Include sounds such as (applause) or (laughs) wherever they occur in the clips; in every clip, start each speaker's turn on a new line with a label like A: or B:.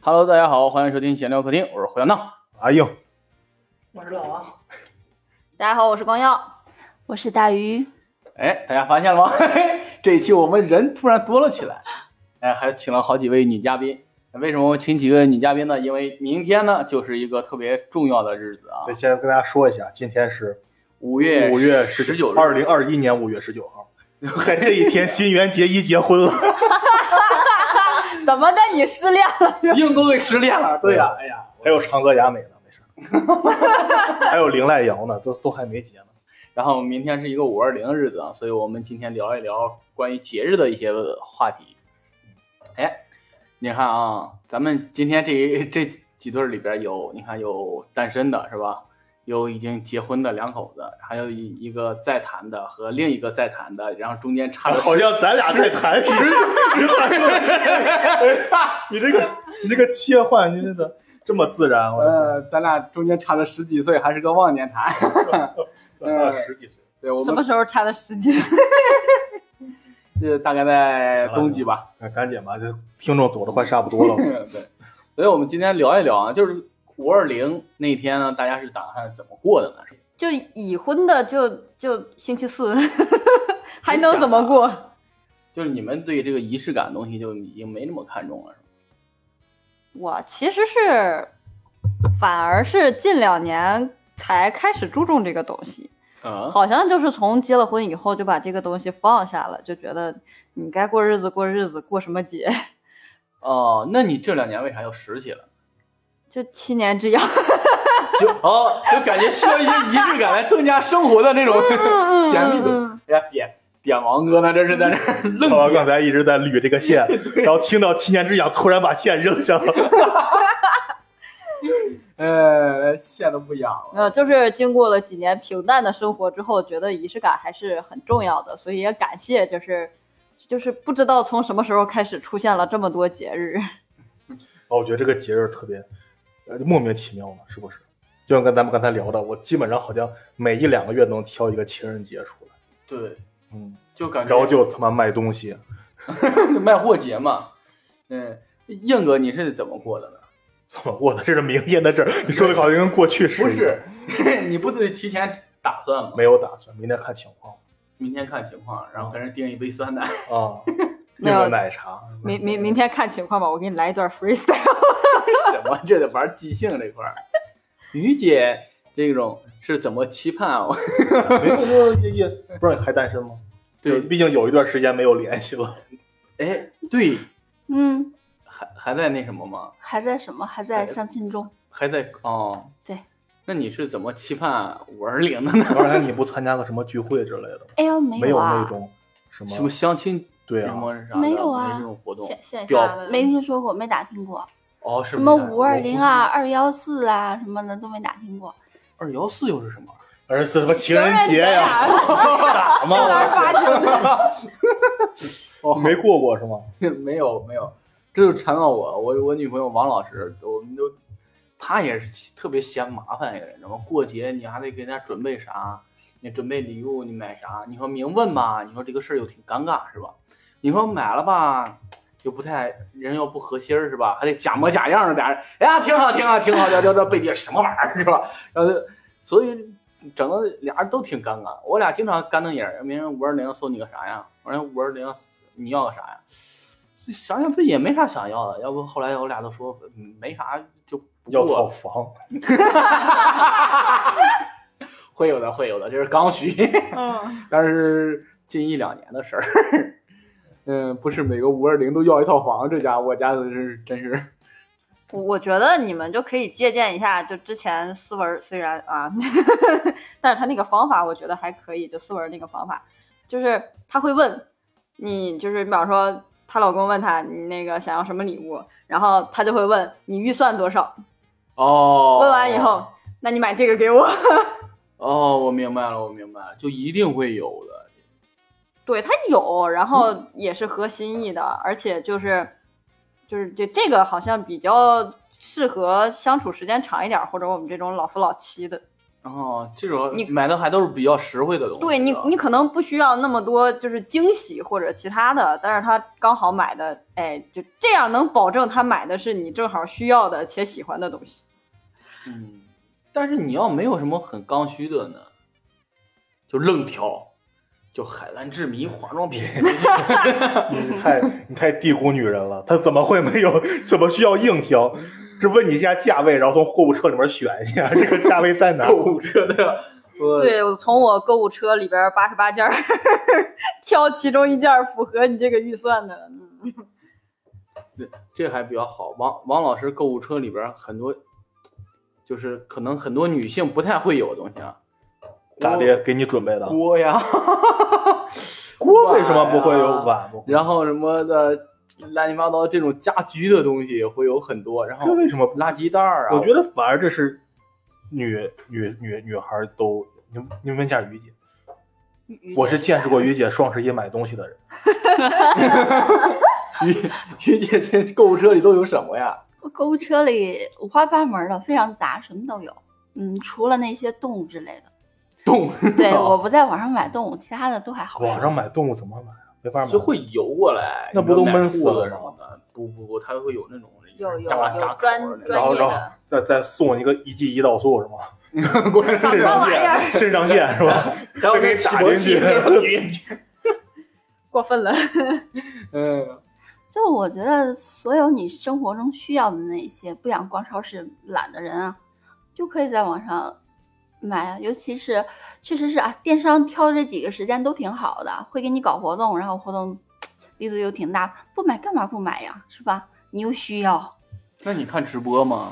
A: Hello，大家好，欢迎收听闲聊客厅，我是胡小闹。
B: 哎呦，
C: 我是老王，
D: 大家好，我是光耀。
E: 我是大鱼，
A: 哎，大家发现了吗？ (laughs) 这一期我们人突然多了起来，哎，还请了好几位女嘉宾。为什么我请几个女嘉宾呢？因为明天呢就是一个特别重要的日子啊
B: 这，先跟大家说一下，今天是
A: 五月
B: 五月
A: 十九日，
B: 二零二一年五月十九号。
A: (laughs)
B: 嘿， (laughs) 这一天，新垣结衣结婚了。
D: 怎么着，你失恋了？
A: 硬都给失恋了。对呀、哎呀，
B: 还有长泽雅美呢，没事 (laughs) 儿。还有林濑遥呢，都都还没结呢。
A: 然后明天是一个五二零的日子啊，所以我们今天聊一聊关于节日的一些话题。哎，你看啊，咱们今天这 (laughs) 这几对儿里边有，你看有单身的是吧？有已经结婚的两口子，还有一一个在谈的和另一个在谈的，然后中间差了
B: (laughs) 好像咱俩在 (laughs) 谈十十三个。你这个你这个切换，你真的这么自然，我
A: (laughs)
B: 的
A: 呃，咱俩中间差了十几岁，还是个忘年谈。 (laughs)
B: 天
A: 呃
B: 长十几岁。
A: 对，我
D: 什么
A: 们
D: 时候差的时间？
A: 是大概在冬季吧，
B: 那赶紧吧，这听众走的快差不多 (laughs) 了。
A: (laughs) 对，所以我们今天聊一聊啊，就是五二零那天呢，大家是打算怎么过的呢？
D: (laughs) 就已婚的就就星期 (laughs) 四，还能怎么过？
A: 就是你们对这个仪式感的东西就已经没那么看重了，是吧？
D: 我其实是，反而是近两年才开始注重这个东西，
A: 啊，
D: 好像就是从结了婚以后就把这个东西放下了，就觉得你该过日子过日子，过什么节？ (laughs)
A: 哦，那你这两年为啥又拾起了？ (laughs)
D: 就七年之痒。
A: 就哦，就感觉需要一些仪式感来增加生活的那种
D: 嗯
A: 甜蜜度。 (laughs) 哎呀，点点王哥呢，这是在这儿愣
B: 老王
A: 点
B: 刚才一直在捋这个线，然后听到七年之痒，突然把线扔下了。
A: 呃，线都不痒
D: 没
A: 了。
D: 有，就是经过了几年平淡的生活之后，觉得仪式感还是很重要的，所以也感谢，就是就是不知道从什么时候开始出现了这么多节日。
B: 啊，我觉得这个节日特别，呃，莫名其妙嘛，是不是？就像跟咱们刚才聊的，我基本上好像每一两个月能挑一个情人节出来，
A: 对，
B: 嗯，
A: 就感觉
B: 然后就他妈卖东西。
A: (laughs) 卖货节嘛。嗯，硬哥你是怎么过的呢？
B: 怎么过的？这是明天的事儿，你说的好像跟过去似的。
A: 不是， (laughs) 你不得提前打算吗？
B: 没有打算，明天看情况
A: 明天看情况，然后给人订一杯酸奶。 (laughs)
B: 啊。
D: 没
B: 订
D: 有
B: 个奶茶，
D: 明明明天看情况吧，我给你来一段 freestyle。
A: 什么？这得玩即兴这块儿。于姐这种是怎么期盼我？ (laughs)
B: 没有就是也也不是还单身吗？就是
A: 对，
B: 毕竟有一段时间没有联系了。
A: 哎，对，
E: 嗯，
A: 还还在那什么吗？
E: 还在什么？还在相亲中。
A: 还在哦。
E: 对。
A: 那你是怎么期盼五二零的呢？
B: 刚才你不参加个什么聚会之类的吗？
E: 哎呦，没
B: 没有那
E: 啊，
B: 种 (laughs) 什么
A: 什么相亲
B: 对
A: 什
B: 啊，
A: 么啥的，
E: 没有啊
A: 没这种活动。
D: 线线
A: 表
D: 下的
E: 没听说过，没打听过，
A: 哦，是
E: 什么
A: 不是
E: 五二零啊、二幺四啊什么的都没打听过。
A: 二幺四又是什么？
B: 而是什么情人节呀？
A: 傻
D: 正儿
A: 吗？
D: 八经的。
A: 我
B: 没过过是吗？
A: (laughs) 没有没有，这就缠到我，我我女朋友王老师，我们都，她也是特别嫌麻烦一个人，然后过节你还得给人家准备啥，你准备礼物，你买啥？你说明问吧，你说这个事儿又挺尴尬是吧？你说买了吧，又不太人又不合心儿是吧？还得假模假样的俩人，哎呀，挺好挺好挺好，聊聊聊背地什么玩意儿是吧？然后就所以整的俩人都挺尴尬，我俩经常干瞪眼儿，明人五二零送你个啥呀？我说五二零你要个啥呀？想想自己也没啥想要的，要不后来我俩都说嗯没啥就不
B: (laughs) 要
A: 过
B: 套
A: 了，
B: 房，
A: 会有的会有的，这是刚需。 (laughs)
D: 嗯，
A: 但是近一两年的事儿。嗯，不是每个五二零都要一套房，这家我家的是真是
D: 我我觉得你们就可以借鉴一下，就之前思文虽然啊，但是他那个方法我觉得还可以，就思文那个方法，就是他会问你，就是比方说她老公问她你那个想要什么礼物，然后她就会问你预算多少，
A: 哦。
D: 问完以后，那你买这个给我。 (laughs)
A: 哦，我明白了，我明白了，就一定会有的。
D: 对他有，然后也是合心意的，而且就是就是这这个好像比较适合相处时间长一点，或者我们这种老夫老妻的。
A: 然后这种
D: 你
A: 买的还都是比较实惠的东西。啊
D: 对你
A: 是吧，
D: 你可能不需要那么多，就是惊喜或者其他的，但是他刚好买的，哎，就这样能保证他买的是你正好需要的且喜欢的东西。
A: 嗯，但是你要没有什么很刚需的呢，就愣挑，就海蓝之
B: 嗯
A: 谜化妆
B: (laughs)
A: 品，
B: (laughs) 你太你太低估女人了，她怎么会没有？ (laughs) 怎么需要硬挑？是问你一下价位，然后从货物车里面选一下 (laughs) 这个价位在哪
A: 购？物车的，我，
D: 对，我从我购物车里边八十八件儿挑其中一件儿符合你这个预算的，嗯，
A: 这还比较好。王王老师购物车里边儿很多，就是可能很多女性不太会有的东西啊，
B: 咋
A: 锅
B: 的？给你准备的
A: 锅呀， (laughs)
B: 锅为什么不会有
A: 碗呀
B: 碗？不会
A: 然后什么的乱七八糟这种家居的东西会有很多，然后
B: 这为什么不？
A: 垃圾袋儿啊，
B: 我觉得反而这是女女女女孩都，你你问一下于姐，我是见识过于姐双十一买东西的人，
A: 于姐这购物车里都有什么呀？
E: 我 (laughs) 购物车里五花八门的，非常杂，什么都有。嗯，除了那些动物之类的，
A: 动 (laughs)
E: 对，我不在网上买动物，其他的都还好。
B: 哦网上买动物怎么买啊？没法买，
A: 就会游过来，
B: 那不都闷死了吗
A: 了什么的？不不不，它会有那种
D: 有有
A: 扎
D: 有
A: 扎
D: 专
A: 口儿的
D: 专
B: 然后
D: 业
B: 然后
D: 的
B: 再再送一个一剂胰岛素是吗？
A: 然后过来
B: 肾上
E: 玩意儿
B: 腺，肾上腺是吧？
A: 然后
B: 再给
A: 给
B: 你打
A: 打进
B: 进去 (laughs)
A: 去。
D: 过分了。
A: 嗯，
E: 就我觉得所有你生活中需要的那些，不想逛超市懒的人啊，就可以在网上买啊。尤其是确实是啊，电商挑这几个时间都挺好的，会给你搞活动，然后活动力度又挺大，不买干嘛不买呀？是吧？你又需要
A: 那你看直播吗？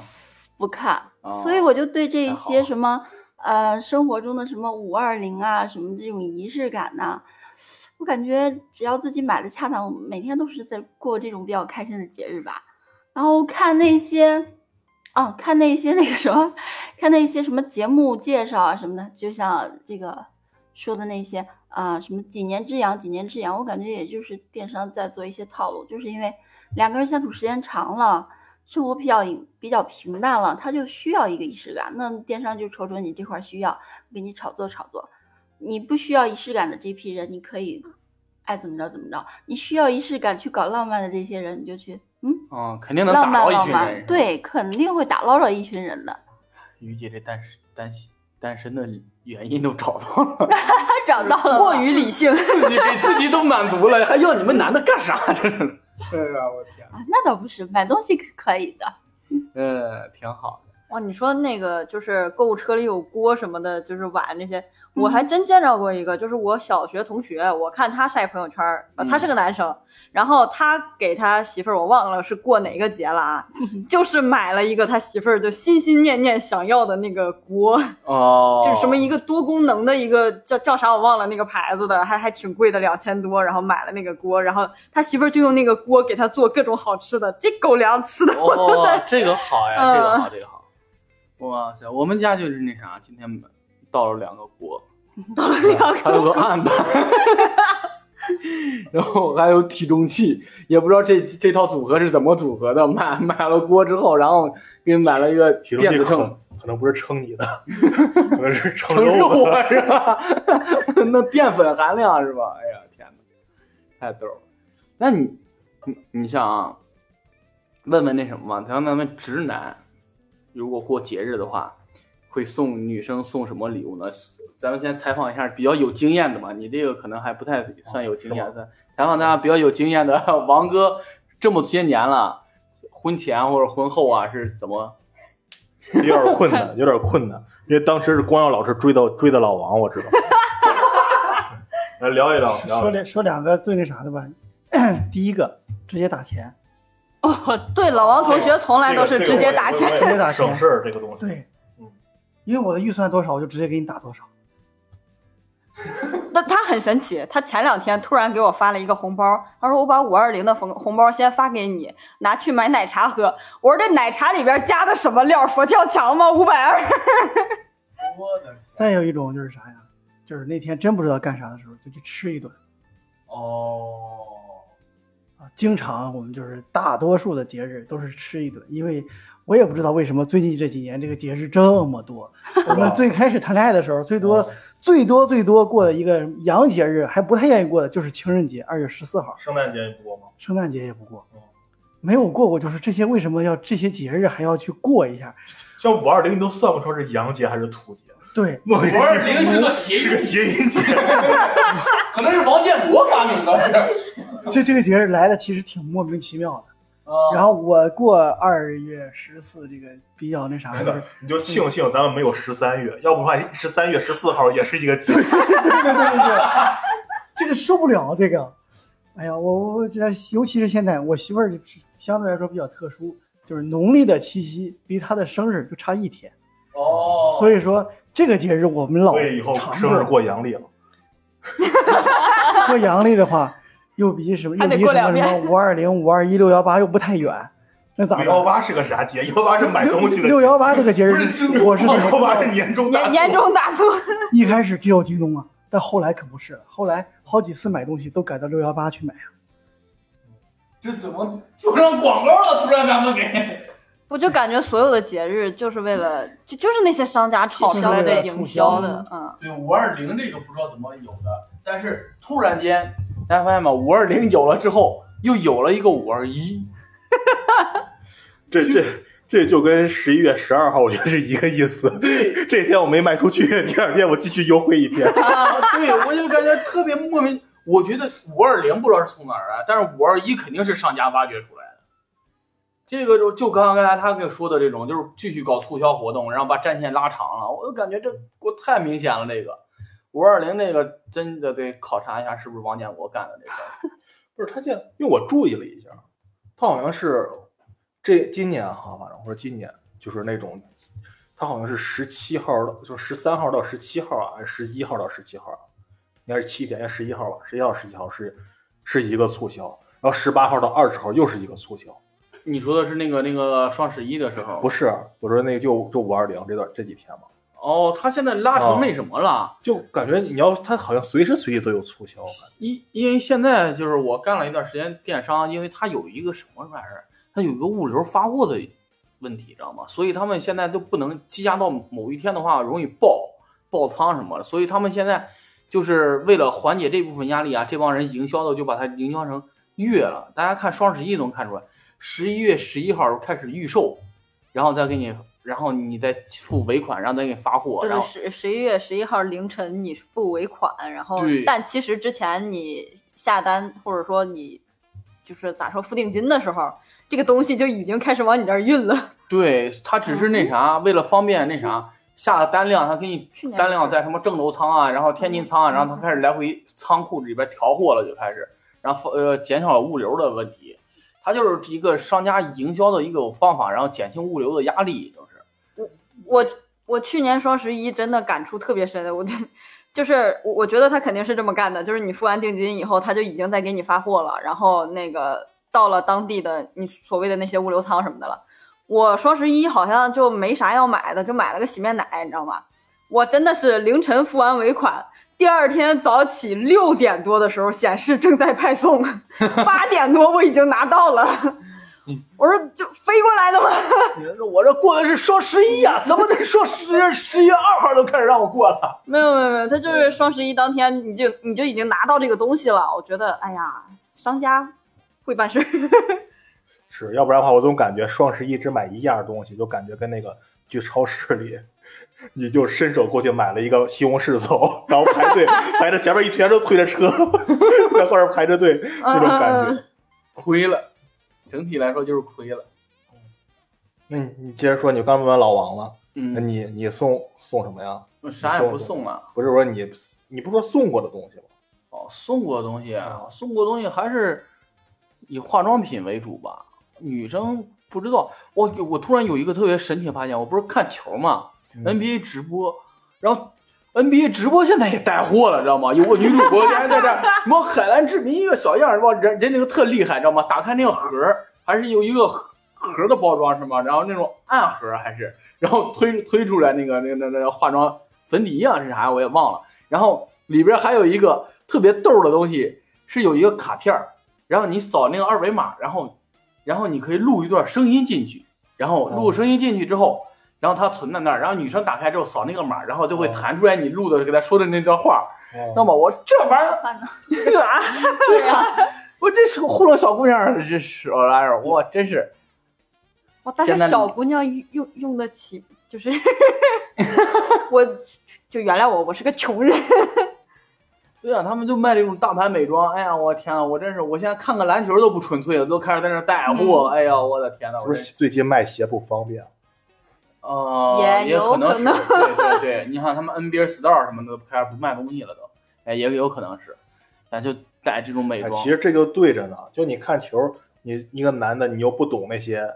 E: 不看，
A: 哦
E: 所以我就对这
A: 还好
E: 些
A: 啊
E: 什么呃生活中的什么五二零啊，什么这种仪式感呐、我感觉只要自己买的恰当，我每天都是在过这种比较开心的节日吧。然后看那些，啊，看那些那个什么，看那些什么节目介绍啊什么的，就像这个说的那些啊、什么几年之痒，几年之痒，我感觉也就是电商在做一些套路，就是因为两个人相处时间长了，生活比较隐比较平淡了，他就需要一个仪式感，那电商就瞅准你这块儿需要，给你炒作炒作。你不需要仪式感的这批人，你可以爱怎么着怎么着；你需要仪式感去搞浪漫的这些人，你就去嗯，
A: 啊，肯定能
E: 浪
A: 打
E: 漫
A: 到一
E: 浪
A: 群人
E: 漫，。，对，肯定会打捞着一群人的。
A: 于姐这单身单身单身的原因都找到了，
E: 他找到了
D: (laughs)
E: 吗
D: 过于 (laughs) 理性，
A: 自己给自己都满足了，还要你们男的干啥？ (laughs) 真是。是啊，我天。
E: 啊，那倒不是，买东西可可以的。
A: 嗯，挺好的。
D: 哇，你说那个就是购物车里有锅什么的，就是碗这些，我还真见着过一个，就是我小学同学，我看他晒朋友圈儿，呃他是个男生，然后他给他媳妇儿，我忘了是过哪个节了啊，就是买了一个他媳妇儿就心心念念想要的那个锅，
A: 哦，
D: 就是什么一个多功能的一个叫叫啥我忘了那个牌子的，还还挺贵的，两千多，然后买了那个锅，然后他媳妇儿就用那个锅给他做各种好吃的，这狗粮吃的 (laughs) 我都在
A: 哦，这个好呀，
D: 嗯
A: 这个好，这个好。哇塞，我们家就是那啥，今天倒了两个锅，
D: 倒了 (laughs) 两
A: 还有个案板， (laughs) 然后还有体重器，也不知道这这套组合是怎么组合的。买买了锅之后，然后给买了一个
B: 体重
A: 电
B: 计
A: 子
B: 可
A: 秤，
B: 能可能不是称你的，可能是称
A: 盛
B: 肉
A: 肉
B: 的。
A: 啊 (laughs) 是吧？那淀粉含量是吧？哎呀，天哪，太逗了。那你你你像啊，问问那什么吧，咱们咱们直男，如果过节日的话，会送女生送什么礼物呢？咱们先采访一下比较有经验的吧，你这个可能还不太算有经验
B: 是
A: 的。采访大家比较有经验 (laughs) 的王哥，这么些年了，婚前或者婚后啊是怎么？
B: 有点困难，有点困难，因为当时是光耀老师追到追的老王，我知道。 (laughs) 来聊一聊，聊
C: 说
B: 一聊
C: 两说两个最那啥的吧。第一个，直接打钱，
D: 哦，对，老王同学从来都是直接打钱。
C: 直接打钱
B: 省事儿这个东西。
C: 对
B: 嗯，
C: 因为我的预算多少，我就直接给你打多少。
D: 那他很神奇，他前两天突然给我发了一个红包，他说我把五二零的红红包先发给你，拿去买奶茶喝。我说这奶茶里边加的什么料？佛跳墙吗？五百二。
A: 我的
C: 再有一种就是啥呀？就是那天真不知道干啥的时候，就去吃一顿
A: 哦。
C: 啊。经常我们就是大多数的节日都是吃一顿，因为我也不知道为什么最近这几年这个节日这么多。我们最开始谈恋爱的时候，最多
B: 哦
C: 最多最多过的一个洋节日，还不太愿意过的就是情人节，二月十四号，
B: 圣诞节你不过吗？
C: 圣诞节也不过
B: 哦，
C: 没有过过。就是这些为什么要这些节日还要去过一下？
B: 像五二零你都算不出是洋节还是土节，
C: 对，
B: 莫名其
A: 五
B: 妙
A: 二零是个谐
B: 是个
A: 音，
B: 谐音节。
A: 可能是王建国发明的。
C: 这这个节日来的其实挺莫名其妙的。然
A: 后
C: 后我过二月十四这个比较那啥，
B: 真
C: 就
B: 的
C: 是，
B: 你就庆幸咱们没有十三月，要不然十三月十四号也是一个节。
C: 这个受不了这个。哎呀，我我我觉得，尤其是现在，我媳妇儿就是相对来说比较特殊，就是农历的七夕离她的生日就差一天，
A: 哦，
C: 所
A: 以
C: 以说这个节日我们老
B: 所以以后
C: 常
B: 生日
C: 过
B: 过阳历了，
C: 过阳历的话，又比什么
D: 还
C: 又
D: 得
C: 比
D: 过
C: 什么
D: 两
C: 什么五二零、五二一、六幺八又不太远，那咋
B: 六幺
C: 办？
B: 八是个啥节？幺八是买东西的节。
C: 六幺八这个节日
A: 不是中，国
C: 我是怎
B: 六
C: 么
B: 幺八是年终大促
D: 年年终大促，
C: 一开始只有京东啊，但后来可不是了，后来好几次买东西都改到六幺八去买啊。
A: 这怎么做成广告了？突然咱们给
D: 我就感觉所有的节日就是为了就就是那些商家炒出来的营销的，
A: (laughs)
D: 嗯，
A: 对五二零这个不知道怎么有的，但是突然间大家发现吗？五二零有了之后，又有了一个五二一。
B: 这 (laughs) 这这就跟十一月十二号我觉得是一个意思。
A: 对
B: 这天我没卖出去，第二天我继续优惠一天。
A: 啊， (laughs) 对，我就感觉特别莫名。我觉得五二零不知道是从哪儿来，但是五二一肯定是商家挖掘出来的。这个就就刚刚刚才他跟说的这种，就是继续搞促销活动，然后把战线拉长了，我就感觉这我太明显了。这个五二零那个真的得考察一下，是不是王建国干的这事儿？
B: (laughs) 不是他现在，因为我注意了一下，他好像是这今年哈，反正我说今年就是那种，他好像是十七号到，就是十三号到十七号啊，还是十一号到十七号啊，应该是七天，十一号吧，十一号十七号是是一个促销，然后十八号到二十号又是一个促销，
A: 你说的是那个那个双十一的时候？
B: 不
A: 是
B: 是，我说那就就五二零这段这几天嘛，
A: 哦，他现在拉成那什么了？
B: 就感觉你要他好像随时随地都有促销，
A: 因因为现在就是我干了一段时间电商，因为它有一个什么玩意儿，它有一个物流发货的问题，知道吗？所以他们现在都不能积压到某一天的话，容易爆爆仓什么的。所以他们现在就是为了缓解这部分压力啊，这帮人营销的就把它营销成月了。大家看双十一能看出来，十一月十一号开始预售，然后再给你，然后你再付尾款，然后再给你发货，
D: 就
A: 然
D: 是
A: 后
D: 十十一月十一号凌晨你付尾款，然后
A: 对
D: 但其实之前你下单或者说你就是咋说付定金的时候，这个东西就已经开始往你这儿运了。
A: 对，他只是那啥，为了方便那啥，下了单量，他给你
D: 去年
A: 单量
D: 是
A: 在什么郑州仓啊，然后天津仓啊，
D: 嗯
A: 然后他开始来回仓库里边调货了，就开始，然后呃减少了物流的问题，他就是一个商家营销的一个方法，然后减轻物流的压力，就是
D: 我我去年双十一真的感触特别深的，我就就是我我觉得他肯定是这么干的，就是你付完定金以后，他就已经在给你发货了，然后那个到了当地的你所谓的那些物流仓什么的了。我双十一好像就没啥要买的，就买了个洗面奶，你知道吗？我真的是凌晨付完尾款，第二天早起六点多的时候显示正在派送，八点多我已经拿到了。我说就飞过来的吗？
A: 你
D: (laughs)
A: 说我这过的是双十一啊，怎么得双十十一月二号就开始让我过了？
D: 没有没有没有，他就是双十一当天你就你就已经拿到这个东西了。我觉得，哎呀，商家会办
B: (laughs)
D: 事儿。
B: 是要不然的话，我总感觉双十一只买一样东西，就感觉跟那个去超市里，你就伸手过去买了一个西红柿走，然后排队排着前面一全都推着车， (laughs) 在后面排着队
A: 嗯
B: 那种
D: 嗯
B: 感觉。
A: 亏了，整体来说就是亏了。
B: 那你你接着说，你刚问完老王了，那
A: 嗯，
B: 你你送送什么呀？
A: 啥也不送啊。
B: 不是说你你不是说送过的东西吗？
A: 哦，送过的东西，啊，送过的东西还是以化妆品为主吧。女生不知道，我我突然有一个特别神奇的发现，我不是看球嘛、n
B: 嗯
A: 嗯 b a 直播，然后 NBA 直播现在也带货了，知道吗？有个女主播原来在这儿，什么海蓝之谜一个小样儿，是吧？人人那个特厉害，知道吗？打开那个盒儿，还是有一个盒盒的包装是吗？然后那种暗盒还是，然后推推出来那个那个那个那个化妆粉底液啊是啥我也忘了，然后里边还有一个特别逗的东西，是有一个卡片儿，然后你扫那个二维码，然后然后你可以录一段声音进去，然后录声音进去之后，然后它存在那儿，然后女生打开之后扫那个码，然后就会
B: 哦
A: 弹出来你录的给她说的那段话。那
B: 哦
A: 么我这玩意
D: (laughs)
A: 儿
E: 烦呢。
A: 这啥？对呀、 (laughs) 我这是个糊弄小姑娘儿，这是我来着，我真是
D: 哇，但是
A: 现在
D: 小姑娘用用用得起，就是 (laughs) 我就原谅我，我是个穷人。 (laughs)
A: 对啊，他们就卖这种大牌美妆，哎呀，我天啊，我真是，我现在看个篮球都不纯粹了，都开始在那儿带货
D: 嗯
A: 了，哎呀，我的天呐，我
B: 不
A: 真
B: 是最近卖鞋不方便，
A: 呃，
D: 也
A: 也
D: 有
A: 能
D: 可
A: 是，
D: 能
A: 对对对， (laughs) 你看他们 NBA Store 什么的都开始不卖东西了都，哎，也有可能是，咱就带这种美
B: 哎
A: 妆，
B: 其实这就对着呢。就你看球，你一个男的，你又不懂那些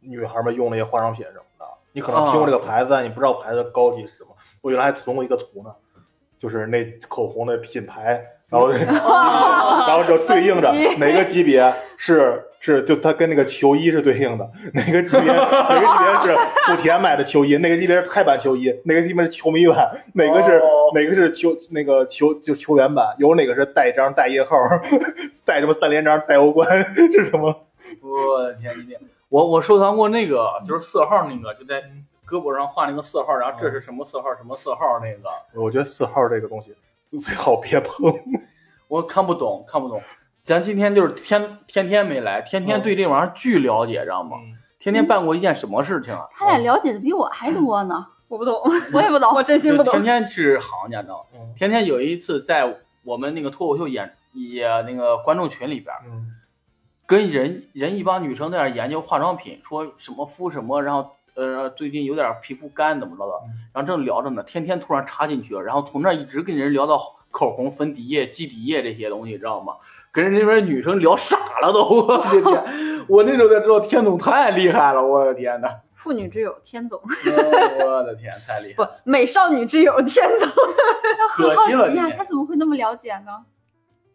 B: 女孩们用那些化妆品什么的，你可能听过
A: 啊
B: 这个牌子，但你不知道牌子的高级是什么。我原来还存过一个图呢，就是那口红的品牌，
A: (laughs)
B: 然后然后就对应着
D: 分级
B: 哪个级别是是就它跟那个球衣是对应的，哪个级别哪个级别是古田买的球衣，哪个级别是泰版球衣，哪个级别是球迷版，哪个是、
A: 哦
B: 哪个是球那个球就球员版，有哪个是带章带印号，带什么三连章带欧冠是什么？
A: 我的天，你这我我收藏过那个，就是色号那个，就在胳膊上画那个色号，然后这是什么色号，什么色号那个，
B: 我觉得四号这个东西最好别碰。
D: 嗯
A: 我看不懂，看不懂。咱今天就是天天天没来，天天对这玩意儿巨了解，知道
B: 嗯
A: 吗？天天办过一件什么事情啊？
E: 他俩了解的比我还多呢，
D: 我不懂，
A: 嗯
E: 我也不
A: (laughs)
E: 懂
D: 我。真心
A: 就
D: 不懂
A: 天。天是行家，知道吗？
B: 嗯
A: 天天有一次在我们那个脱口秀演也那个观众群里边，
B: 嗯
A: 跟人人一帮女生在那儿研究化妆品，说什么敷什么，然后呃最近有点皮肤干怎么着的
B: 嗯，
A: 然后正聊着呢，天天突然插进去了，然后从那儿一直跟人聊到口红、粉底液、基底液这些东西，知道吗？跟人那边女生聊傻了都， (laughs) 我的 (laughs) 天！我那时候才知道天总太厉害了，我的天 (laughs) 呐，
D: 妇女之友天总， (laughs)
A: 我的天，太厉害
D: 不
A: 了！，
D: 美少女之友天
B: (laughs)
D: 总，
E: 那很好
A: 可惜了
E: 奇呀、
A: 你
E: 他怎么会那么了解呢？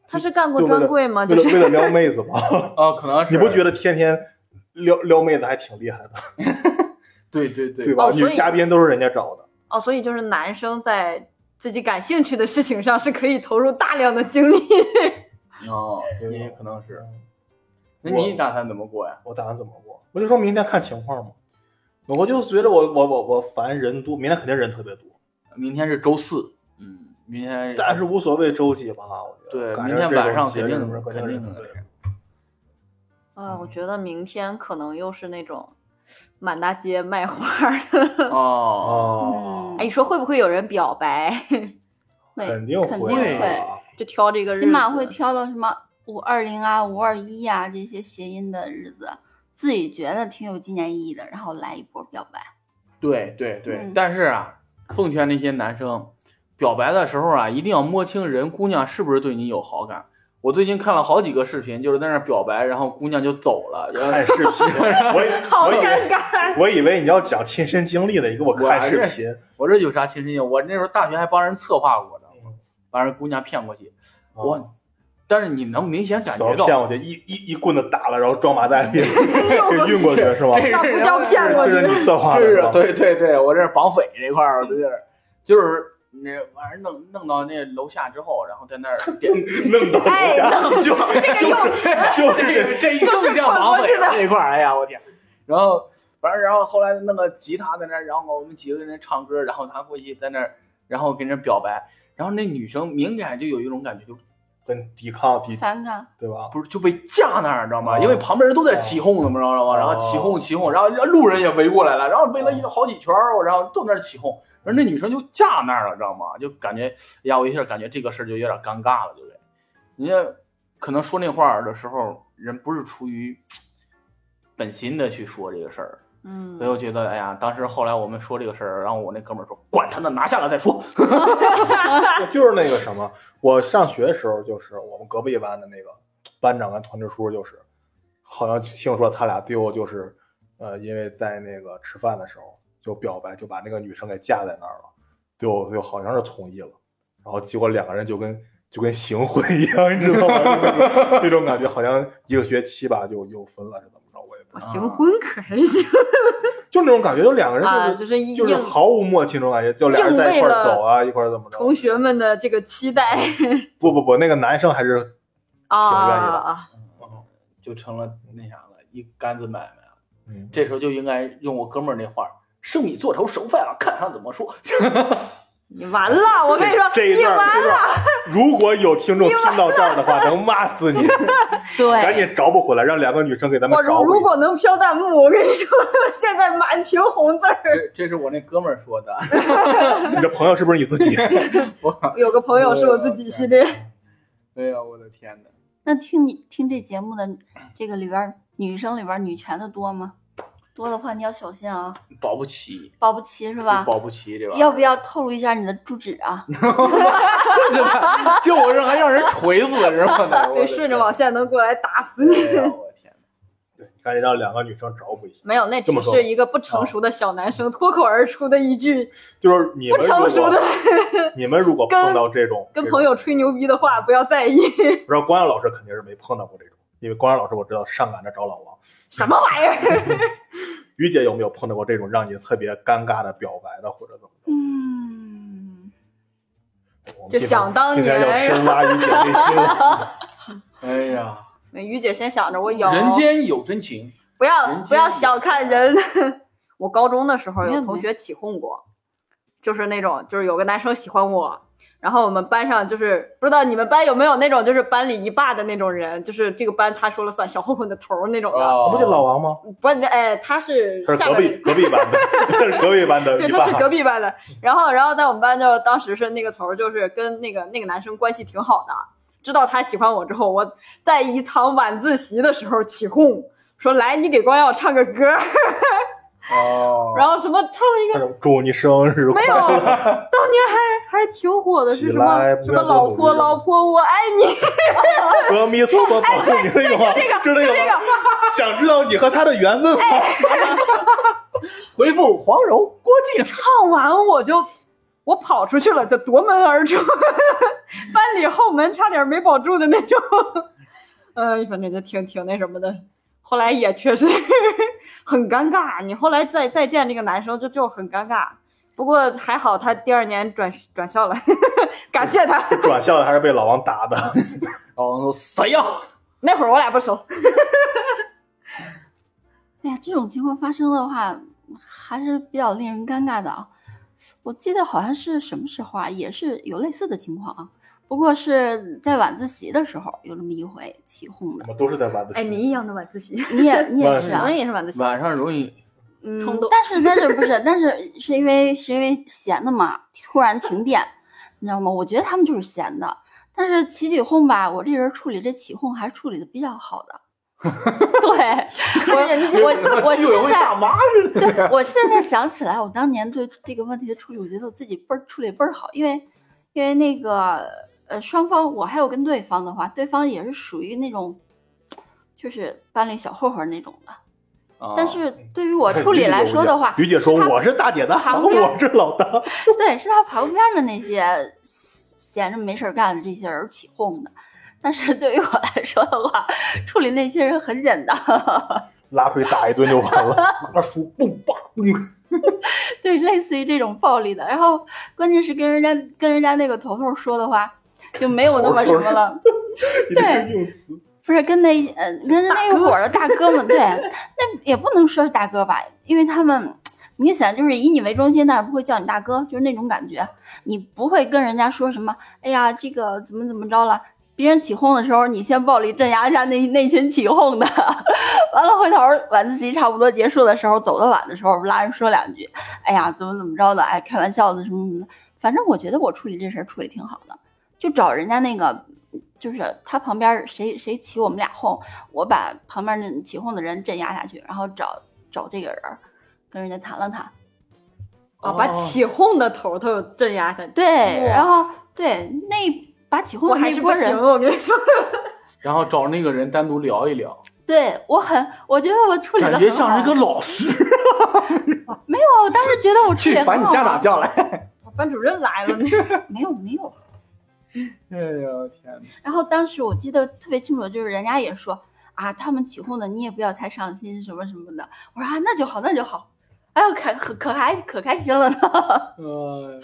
D: 他是干过
B: 就为了
D: 专柜吗？
B: 为
D: 就
B: 了为
D: 是
B: 了撩妹子吧，
D: (laughs)
A: 啊，可能是
B: 你不觉
A: 得？
B: 得天天撩撩妹子还挺厉害的，
A: 对对对，
B: 对吧？
D: 哦所以
B: 女嘉宾都是人家找的。
D: 哦，所以就是男生在自己感兴趣的事情上是可以投入大量的精力。
A: 哦，
B: 对
A: 也可能是。
B: 嗯
A: 那你打算怎么过呀？
B: 我打算怎么过？我就说明天看情况嘛。我就觉得我我我我烦人多，明天肯定人特别多，
A: 明天是周四，嗯，明天
B: 但是无所谓周几吧，我觉得。
A: 对
B: 赶
A: 明天
B: 这种
A: 晚上
B: 节
A: 肯
B: 日
A: 定
B: 什么
A: 肯定
B: 人特别
A: 肯定
B: 多
D: 啊，
B: 嗯
D: 我觉得明天可能又是那种满大街卖花儿的。 (laughs)
A: 哦，
B: 哦，
D: 哎，你说会不会有人表白？
E: 会
B: 肯定
E: 哎肯
B: 会
E: 定
A: (laughs)
E: 会，
B: 啊
D: 就挑这个日子，
E: 起码会挑到什么五二零啊、五二一啊这些谐音的日子，自己觉得挺有纪念意义的，然后来一波表白。
A: 对对对
E: 嗯，
A: 但是啊，奉劝那些男生，表白的时候啊，一定要摸清人姑娘是不是对你有好感。我最近看了好几个视频，就是在那儿表白，然后姑娘就走了。然后
B: 看视频， (laughs) 我以
D: 好
B: 我以
D: 尴
B: 为
D: 尬。
B: 我以为你要讲亲身经历的，你给我看视
A: 我还
B: 频，
A: 我这有啥亲身经历？我那时候大学还帮人策划过呢，把人姑娘骗过去。
B: 啊
A: 我，但是你能明显感
B: 早
A: 觉到，
B: 骗我去，一一一棍子打了，然后装麻袋里给运过去是吗？
A: 这
D: 那
A: 是
D: 不叫骗过
B: 这
D: 去
B: 是你策划的
A: 这
B: 是
A: 是
B: 吧？
A: 对对对，我这是绑匪这块儿，我就是就是那玩意儿弄弄到那楼下之后，然后在那儿点，
B: 弄到
D: 哎
B: 人家就就是就是
A: (laughs) 这这更像绑匪了那块儿，哎呀我天！然后完了，然后后来弄个吉他在那儿，然后我们几个人唱歌，然后他过去在那儿，然后跟人表白，然后那女生明显就有一种感觉，就
B: 很抵抗抵
E: 反感，
B: 对吧？
A: 不是就被架那儿，你知道吗？
B: 哦
A: 因为旁边人都在起哄，怎么着了吗？然后起哄起哄，然后路人也围过来了，然后围了一好几圈儿，然后都在那儿起哄，然后那女生就架那儿了，知道吗？就感觉，哎呀，我一下感觉这个事儿就有点尴尬了，就得，人家可能说那话儿的时候，人不是出于本心的去说这个事儿，
D: 嗯
A: 所以我觉得，哎呀，当时后来我们说这个事儿，然后我那哥们儿说，管他呢，拿下了再说。
B: (laughs) 就是那个什么，我上学的时候就是我们隔壁班的那个班长跟团支书，就是好像听说他俩最后就是，呃，因为在那个吃饭的时候就表白，就把那个女生给架在那儿了，最后就好像是同意了，然后结果两个人就跟就跟行婚一样，你知道吗？ (laughs) 那种感觉好像一个学期吧就又分了，是怎么着？我也不知道，
D: 行婚可还行
B: 就那种感觉，就两个人
D: 啊，
B: 就是、
D: 就是硬
B: 就是毫无默契那种感觉，就俩人
D: 硬
B: 在一块
D: 为
B: 儿
D: 了
B: 走啊，一块儿怎么着？
D: 同学们的这个期待
B: 不不不，那个男生还是
D: 啊
B: 嗯愿意的
D: 啊，
A: 哦就成了那啥了，一竿子买卖了。
B: 嗯，
A: 这时候就应该用我哥们儿那话儿：“生米做成熟饭了，看他怎么说。 (laughs)
D: 你完了，我跟你说，
B: 这一
D: 你
B: 段，
D: 完
B: 这
D: 了，
B: 段，如果有听众听到这儿的话，能骂死
D: (laughs)
B: 你，赶
E: 对，
B: 紧找补回来，让两个女生给咱们
D: 我
B: 找
D: 如
B: 补
D: 如
B: 一下。
D: 果能飘弹幕，我跟你说，现在满屏红字儿。
A: 这这是我那哥们儿说的。 (laughs)
B: 你的朋友是不是你自
D: (laughs)
B: 己？
A: 我
D: 有个朋友是我自己系列，
A: 哎呀，我的天哪！
E: 那听你听这节目的这个里边儿，女生里边儿女权的多吗？多的话你要小心啊，
A: 保不齐
E: 保不齐是吧？
A: 保不齐这玩意儿
E: 要不
A: (laughs)
E: 要透露一下你的住址啊？
A: 就我这还让人锤死是吗？
D: (laughs) 对，顺着网线能过来打死你。
A: 哎呀我的天
B: 对，赶紧让两个女生找补一下。
D: 没有，那
B: 这
D: 只
B: 么说
D: 是一个不成熟的小男生脱口而出的一句
B: 就是你们
D: 不成
B: 如
D: 熟的
B: 果 (laughs) 你们如果碰到这种
D: 跟
B: 这种
D: 朋友吹牛逼的话，不要在意。 (laughs)
B: 不知道光阳老师肯定是没碰到过这种，因为光阳老师我知道上赶着找老王。
D: 什么玩意儿？ (laughs)
B: 于姐有没有碰到过这种让你特别尴尬的表白的，或者怎么着？
E: 嗯，
B: 我们今
D: 就
B: 天
D: 想当
B: 今天
D: 年
B: 要深挖于姐内心
D: (laughs)
B: 了。
A: 哎呀，
D: 美于姐先想着我有，
A: 人间有真情，
D: 不
A: 人
D: 要
A: 间
D: 不要小看人。 (laughs) 我高中的时候有同学起哄过，就是那种就是有个男生喜欢我，然后我们班上就是不知道你们班有没有那种就是班里一霸的那种人，就是这个班他说了算，小混混的头儿那种的。
A: 哦
B: 不就老王吗？
D: 不，哎，他是
B: 他是
D: 下
B: 隔
D: 边
B: 壁隔壁班的，他是隔壁班 (laughs) 的
D: 对，
B: 一啊
D: 他是隔
B: 霸。
D: 壁班的。然后，然后在我们班就当时是那个头儿，就是跟那个那个男生关系挺好的。知道他喜欢我之后，我在一堂晚自习的时候起哄说：“来，你给光耀唱个歌儿。
A: 哦”
D: (laughs) 然后什么唱了一
B: 他
D: 个
B: 说祝你生日快
D: 没有，
B: 乐！
D: 当年还还挺火的，是什么
B: 起来不
D: 什
B: 要
D: 么
B: 做
D: 老
B: 努力
D: 婆老婆我爱你，
E: (laughs)
B: 阿弥陀佛，
E: 哎
B: 保佑你那哦个吗？知道那个吗？想知道你和他的缘分吗？
E: 哎
A: 回复黄柔郭靖，
D: 唱完我就我跑出去了，就夺门而 (laughs) 出，班里后门差点没保住的那种。 (laughs) 呃，反正就挺挺那什么的。后来也确实很尴尬，你后来再再见这个男生就就很尴尬。不过还好他第二年转转校了， (laughs) 感谢他。
B: 转校 (laughs) 的还是被老王打的。 (laughs)
A: 老王说谁呀？
D: 那会儿我俩不熟，
E: 哎呀，这种情况发生的话，还是比较令人尴尬的啊。我记得好像是什么时候啊，也是有类似的情况啊，不过是在晚自习的时候有这么一回起哄的
B: 我。们都是在晚自习。
D: 哎，你一样的晚自习，
E: 你也你也是
D: 可
E: 啊
D: 能，也是晚自习，
A: 晚上容易
D: 嗯
E: 嗯，但是但是不是，但是是因为是因为闲的嘛，突然停电，你知道吗？我觉得他们就是闲的。但是起起哄吧，我这人处理这起哄还是处理的比较好的。 (laughs) 对，我
A: (laughs)
E: 我我
A: 居委
E: 现
A: 会
E: 在
A: 大妈似的。
E: (laughs)
A: (laughs)
E: 对，我现在想起来，我当年对这个问题的处理，我觉得我自己倍儿处理倍儿好，因为因为那个呃，双方我还有跟对方的话，对方也是属于那种就是班里小混混那种的，
A: 啊
E: 但是对于我处理来说的话，
B: 于姐说
E: 他
B: 我是大姐大，
E: 旁边
B: 我是老大。
E: 对，是他旁边的那些闲着没事儿干的这些人起哄的。但是对于我来说的话，处理那些人很简单。
B: 拉出去打一顿就完了。 (laughs) 拿书蹦吧蹦，
E: 对，类似于这种暴力的。然后关键是跟人家跟人家那个头头说的话，就没有那么什么了。
B: 你这个用词
E: 不是跟那呃跟那一伙儿的大哥们， (laughs) 对，那也不能说是大哥吧，因为他们明显就是以你为中心，但是不会叫你大哥，就是那种感觉。你不会跟人家说什么，哎呀，这个怎么怎么着了。别人起哄的时候，你先暴力镇压一下那那群起哄的， (laughs) 完了回头晚自习差不多结束的时候，走的晚的时候，拉人说两句，哎呀，怎么怎么着的，哎，开玩笑的什么什么的。反正我觉得我处理这事儿处理挺好的，就找人家那个，就是他旁边儿谁谁起我们俩哄，我把旁边那起哄的人镇压下去，然后找找这个人儿跟人家谈了谈，
D: 啊，把起哄的头头镇压下去。
E: 对，
D: 哇
E: 然后对那把起哄
D: 我
E: 的
D: 还
E: 那
D: 是不
E: 波人
D: 行，，我哦跟你说，
A: 然后找那个人单独聊一聊，
E: 对我很，我觉得我处理的
A: 感觉像是个老师，
E: 没有，我当时觉得我处
A: 去
E: 理得
A: 把
E: 很
A: 你
E: 好
A: 家
E: 啊
A: 长叫来。
D: 班主任来了，那
E: 没有没有。
A: 哎呀天哪！
E: 然后当时我记得特别清楚，就是人家也说啊，他们起哄的你也不要太上心什么什么的。我说啊，那就好，那就好。哎呦，可可可还可开心了呢， (laughs)
A: 呃，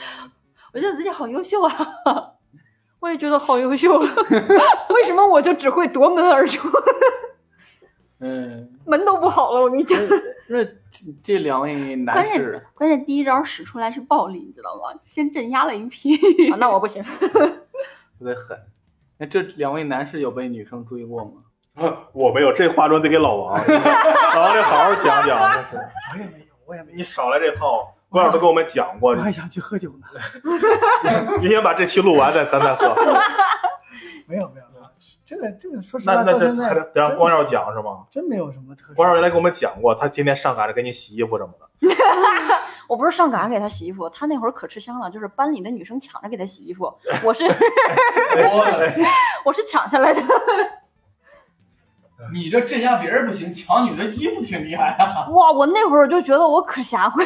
E: 我觉得自己好优秀啊。
D: 我 (laughs) 也觉得好优秀，为什么我就只会夺门而出？
A: 嗯，
D: (laughs) 门都不好了，我跟你讲
A: 那。那这这两位男
E: 关键
A: 士，
E: 关键第一招使出来是暴力，你知道吗？先镇压了一批。
D: 啊那我不行，
A: 特别狠。那这两位男士有被女生追过吗？
B: 啊我没有，这话说得给老王，啊老王得好好讲讲。这是
C: 我也没有，我也没有，
B: 你少来这套，关老师跟我们讲过
E: 哎
C: 我，还想去喝酒呢。
B: 你先把这期录完再咱再
E: (laughs)
B: 喝。
C: 没有没有，没有这个这个说实
B: 那
C: 话
B: 那
C: 到
B: 这
C: 现
B: 还
C: 在
B: 得让光耀讲是吗？
C: 真没有什么特殊。
B: 光耀原来跟我们讲过，他天天上赶着给你洗衣服什么的。
D: 我不是上赶着给他洗衣服，他那会儿可吃香了，就是班里的女生抢着给他洗衣服，我是 (laughs)
A: 哎
D: 我是抢下来的，
A: 你这镇压别人不行，抢女的衣服挺厉害啊！
D: 哇，我那会儿就觉得我可侠贵，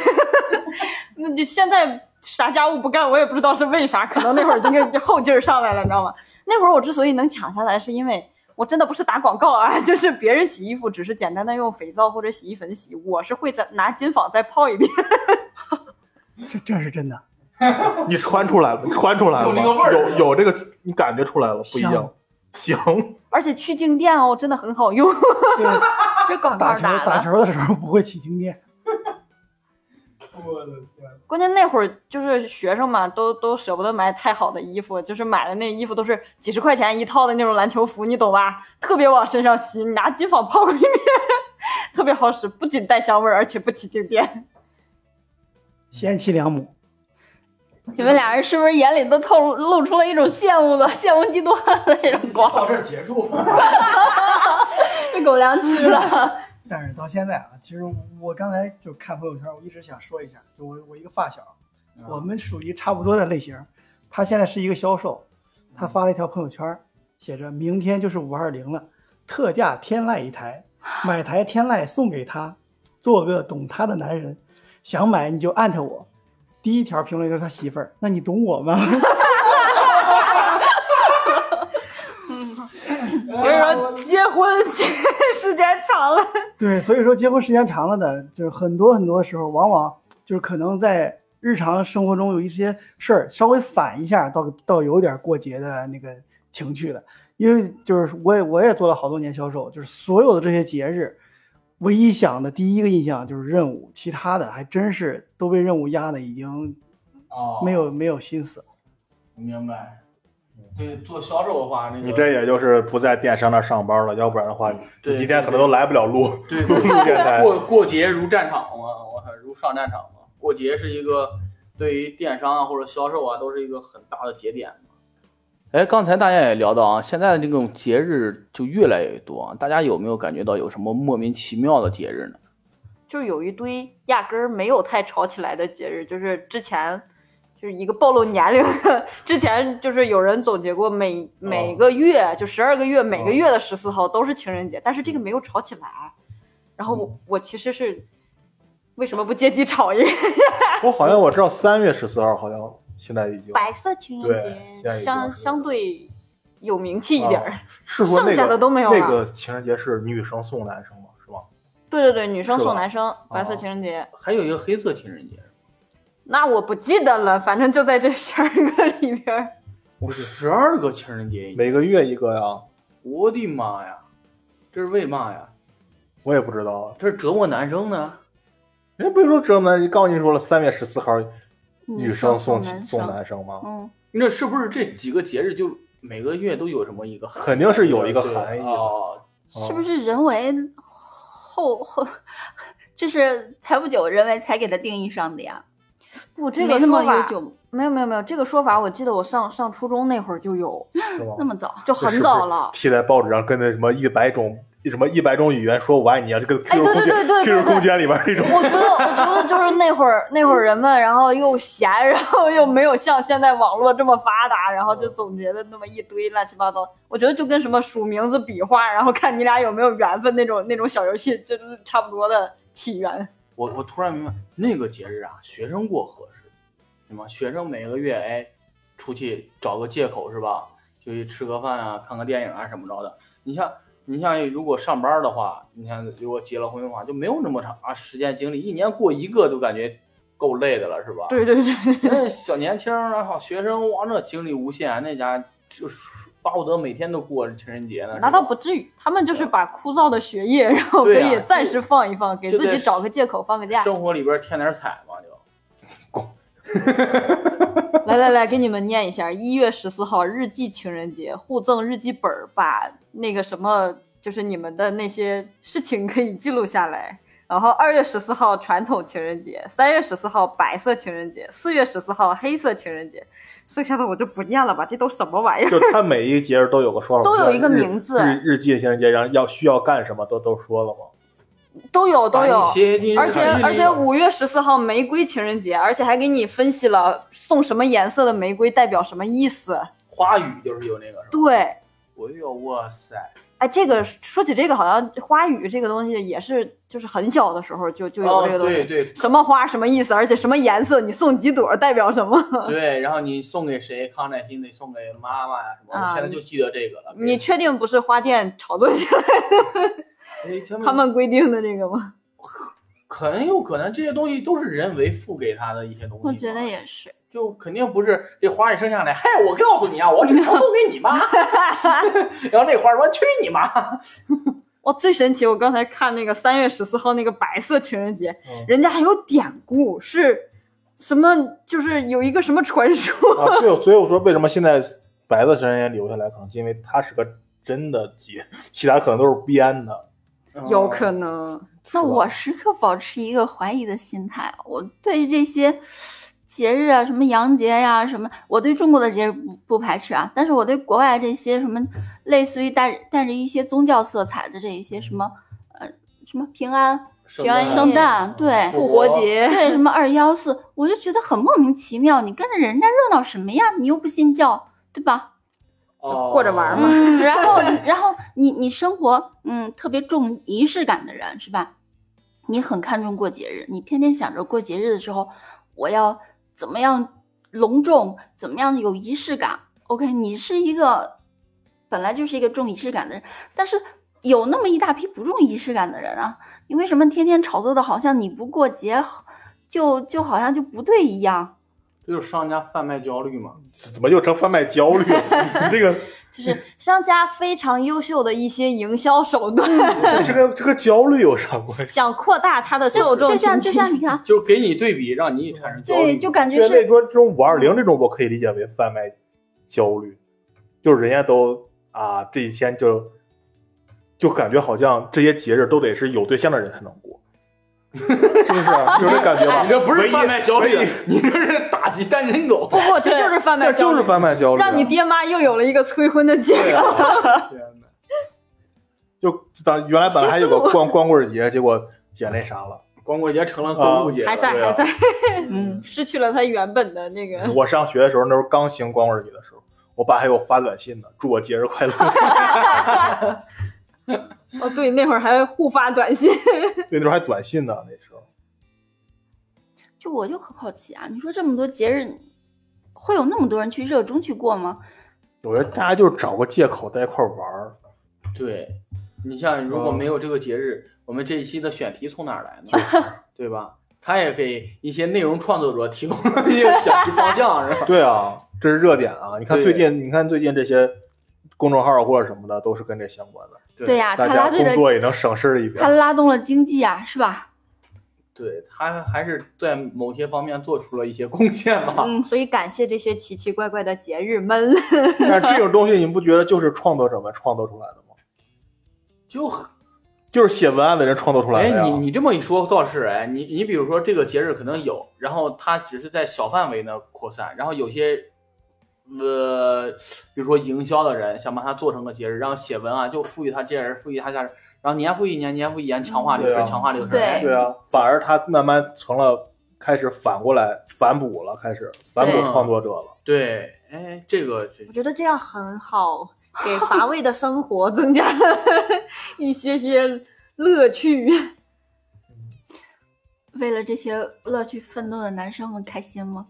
D: 那 (laughs) 你现在啥家务不干，我也不知道是为啥，可能那会儿就那个后劲儿上来了，你知道吗？那会儿我之所以能抢下来，是因为我真的不是打广告啊， (laughs) 就是别人洗衣服只是简单的用肥皂或者洗衣粉洗，我是会再拿金纺再泡一遍，
C: 这这是真的，
B: 你穿出来了，穿出来了
A: 有
B: 吗
A: 那个味儿
B: 有有这个，你感觉出来了，不一样。行，
D: 而且去静电哦，真的很好用。 (laughs)
C: 这个
E: (laughs) 这广告
C: 打球
E: 打
C: 打
E: 的，
C: 球的时候不会起静电，
A: 我的天，
D: 关键那会儿就是学生嘛，都都舍不得买太好的衣服，就是买的那衣服都是几十块钱一套的那种篮球服，你懂吧？特别往身上吸，你拿金纺泡过一遍， (laughs) 特别好使，不仅带香味儿，而且不起静电。
C: 贤妻良母。
E: 你们俩人是不是眼里都透露露出了一种羡慕的、羡慕嫉妒恨的那种光？
A: 到这儿结束。
E: 被狗粮吃了。
C: 但是到现在啊，其实我刚才就看朋友圈，我一直想说一下，就我我一个发小，我们属于差不多的类型。他现在是一个销售，他发了一条朋友圈，写着明天就是五二零了，特价天籁一台，买台天籁送给他，做个懂他的男人，想买你就艾特我。第一条评论就是他媳妇儿，那你懂我吗？ (laughs)
D: 所以说，结婚时间长了，
C: 对，所以说结婚时间长了的，就是很多很多时候，往往就是可能在日常生活中有一些事儿稍微反一下，倒倒有点过节的那个情绪了。因为就是我也我也做了好多年销售，就是所有的这些节日，唯一想的第一个印象就是任务，其他的还真是都被任务压的已经
A: 哦，
C: 没有没有心思了。
A: 明白。对，做销售的话，那个
B: 你这也就是不在电商那上班了，要不然的话，
A: 对
B: 你今天可能都来不了录
A: 对
B: 录电台。
A: 过过节如战场嘛，我操，如上战场嘛。过节是一个对于电商啊或者销售啊都是一个很大的节点嘛。哎，刚才大家也聊到啊，现在的这种节日就越来越多啊，大家有没有感觉到有什么莫名其妙的节日呢？
D: 就是有一堆压根儿没有太吵起来的节日，就是之前。就是一个暴露年龄，之前就是有人总结过
B: 哦
D: 每，每个月就十二个月，每个月的十四号都是情人节，但是这个没有吵起来。然后
B: 嗯
D: 我我其实是为什么不借机吵一 (laughs) 个
B: 我好像我知道三月十四号好像现在已经
D: 白色情
B: 对
D: 人
B: 现在已
D: 节
B: 经
D: 相
B: 是哦
D: 相对有名气一点儿？
B: 是说那个
D: 剩下的都没有了
B: 那个情人节是女生送男生吗？是吗？
D: 对对对，女生
B: 是吧哦
D: 送男生，白色情人节。
A: 还有一个黑色情人节，
D: 那我不记得了，反正就在这十二个里边儿。
A: 我十二个情人节，
B: 每个月一个呀，
A: 我的妈呀，这是为嘛呀？
B: 我也不知道。啊
A: 这是折磨男生呢？
B: 人家不是说折磨，人告诉你说了，三月十四号女生送
E: 男
B: 送男生吗？
E: 嗯，
A: 那是不是这几个节日就每个月都有什么一个含义？
B: 肯定是有一个含义的
A: 哦，
B: 哦
E: 是不是人为后后，就是才不久人为才给它定义上的呀？
D: 不，这
E: 没
D: 个说
E: 那么
D: 法
E: 悠久，
D: 没有没有没有，这个说法我记得我上上初中那会儿就有，
B: 是吗
E: 那？么早。
D: 就很早了。
B: 贴在报纸上，跟那什么一百种什么一百种语言说我爱你啊，这个 QQ
D: 哎对
B: 空
D: 对
B: 间、
D: 对对对
B: QQ 空间里边那
D: (laughs)
B: 种。
D: 我觉得，我觉得就是那会儿，那会儿人们，然后又闲，然后又没有像现在网络这么发达，然后就
A: 嗯
D: 总结的那么一堆乱七八糟。我觉得就跟什么数名字、笔画，然后看你俩有没有缘分那种那种小游戏，这就是差不多的起源。
A: 我我突然明白，那个节日啊，学生过合适，对吗？学生每个月哎，出去找个借口是吧？就去吃个饭啊，看个电影啊什么着的。你像你像如果上班的话，你像如果结了婚的话，就没有那么长啊时间精力，一年过一个都感觉够累的了，是 (laughs) 吧？
D: 对对对，
A: 那小年轻儿啊，小学生哇，那精力无限，那家就是巴不得每天都过情人节呢。
D: 那倒不至于，他们就是把枯燥的学业，然后可
A: 对啊
D: 以暂时放一放，给
A: 就
D: 自己
A: 得
D: 找个借口放个假。
A: 生活里边添点彩嘛，就
D: 来来来，给你们念一下：一月十四号日记情人节互赠日记本儿，把那个什么，就是你们的那些事情可以记录下来。然后二月十四号传统情人节，三月十四号白色情人节，四月十四号黑色情人节，剩下的我就不念了吧，这都什么玩意儿？
B: 就他每一个节日都有个说法，
D: 都有一个
B: 日
D: 名字哎
B: 日日记情人节，然后要需要干什么都都说了嘛。
D: 都有都有
A: 把你，写进日
D: 而且
A: 记里
D: 而且五月十四号玫瑰情人节，而且还给你分析了送什么颜色的玫瑰代表什么意思。
A: 花语就是有那个，是吧，
D: 对，
A: 我就有哇塞，
D: 哎，这个说起这个，好像花语这个东西也是，就是很小的时候就就有
A: 哦
D: 这个东西。
A: 对对
D: 什么花什么意思，而且什么颜色，你送几朵代表什么？ (laughs)
A: 对，然后你送给谁，康乃馨得送给妈妈呀什么，
D: 啊
A: 我现在就记得这个了。
D: 你确定不是花店炒作起来的？
A: 哎他
D: 他们规定的这个吗？
A: 很有可能这些东西都是人为付给他的一些东西。
E: 我觉得，也是，
A: 就肯定不是这花一生下来，嘿，我告诉你啊，我只能送给你
D: (laughs)
A: 妈。然后那花说去你妈，
D: 哇，哦最神奇！我刚才看那个三月十四号那个白色情人节，
B: 嗯
D: 人家还有典故，是什么？就是有一个什么传说，
B: 啊，对，所以我说为什么现在白色情人节留下来，可能是因为它是个真的节，其他可能都是编的。
D: (laughs) 有可
A: 嗯
D: 能。
B: 是
E: 那
B: 吧
E: 我时刻保持一个怀疑的心态。我对这些节日啊，什么洋节呀、什么，我对中国的节日不不排斥啊，但是我对国外这些什么，类似于带带着一些宗教色彩的这一些什么，呃，什么平安、
A: 圣
D: 平安
A: 诞嗯
D: 夜
E: 圣诞，对，
D: 复活节，
E: 对什么二幺四，我就觉得很莫名其妙。你跟着人家热闹什么呀？你又不信教，对吧？
A: 哦
D: 过着玩嘛
E: 嗯，然后然后你你生活嗯特别重仪式感的人是吧？你很看重过节日，你天天想着过节日的时候，我要怎么样隆重，怎么样有仪式感。OK，你是一个本来就是一个重仪式感的人，但是有那么一大批不重仪式感的人啊，你为什么天天炒作的好像你不过节就就好像就不对一样？
A: 这就是商家贩卖焦虑嘛。
B: 怎么又成贩卖焦虑了？你 (laughs) 这个
D: 就是商家非常优秀的一些营销手段，
B: 这个这个焦虑有啥关系？
D: 想扩大它的受众
E: 就像
D: 群
E: 就
D: 体。
E: 像你看，
A: 就是给你对比，让你产生焦虑。
E: 对，就感觉
B: 对，
E: 是
B: 那说这种五二零这种，我可以理解为贩卖焦虑，就是人家都啊这一天就就感觉好像这些节日都得是有对象的人才能
D: (laughs)
B: 过，是不是？有这感觉吧？
A: 你哎这不是贩卖焦虑
B: 唯一，
A: 你这是打击单身狗。
D: 不不，这就是贩卖
B: 这就
D: 焦虑，
B: 是贩卖焦虑啊，
D: 让你爹妈又有了一个催婚的借
B: 对
D: 口。
B: 啊，
A: 天哪
B: 就咱原来本来还有个光光棍节，结果也那啥
D: (laughs)
B: 了。
A: 光棍节成了购物节了，
D: 还在
B: 对啊嗯
D: 还在，
A: 嗯，
D: 失去了他原本的那个。
B: 我上学的时候，那时候刚兴光棍节的时候，我爸还给我发短信呢，祝我节日快乐。 (laughs)
D: 哦，对，那会儿还互发短信。
B: 对，那时候还短信呢，那时候。
E: 就我就很好奇啊，你说这么多节日，会有那么多人去热衷去过吗？
B: 我觉得大家就是找个借口在一块儿玩儿，
A: 对，你像如果
B: 啊
A: 没有这个节日，我们这一期的选题从哪儿来呢？对吧？它也给一些内容创作者提供了一个选题方向，是吧？
B: (laughs) 对啊，这是热点啊！你看
A: 对
B: 最近，你看最近这些公众号或者什么的，都是跟这相关的，
E: 对呀、
B: 大
E: 啊他
B: 家
E: 拉队
B: 工
E: 的，
B: 作也能省事一
E: 他
B: 点。
E: 拉动了经济啊，是吧？
A: 对，它还是在某些方面做出了一些贡献
B: 啊
A: 吧。
E: 嗯，
D: 所以感谢这些奇奇怪怪的节日们。 (laughs)
B: 但是这种东西，你不觉得就是创作者们创作出来的吗？
A: 就
B: 就是写文案的人创作出来的
A: 哎，
B: 呀。
A: 你你这么一说倒是哎，你你比如说这个节日可能有，然后它只是在小范围的扩散，然后有些。呃，比如说营销的人想把它做成个节日，然后写文案、啊就赋予它这人，赋予它下人，然后年复一年，年复一年强化这个事
B: 对
A: 儿，
B: 啊
A: 强化这个事儿。
E: 对
A: 哎
B: 对啊，反而他慢慢成了开始反过来反哺了，开始反哺
A: 对
B: 创作者了。
A: 对，哎，这个这
D: 我觉得这样很好，给乏味的生活增加了一些些乐趣。
E: 为了这些乐趣奋斗的男生们开心吗？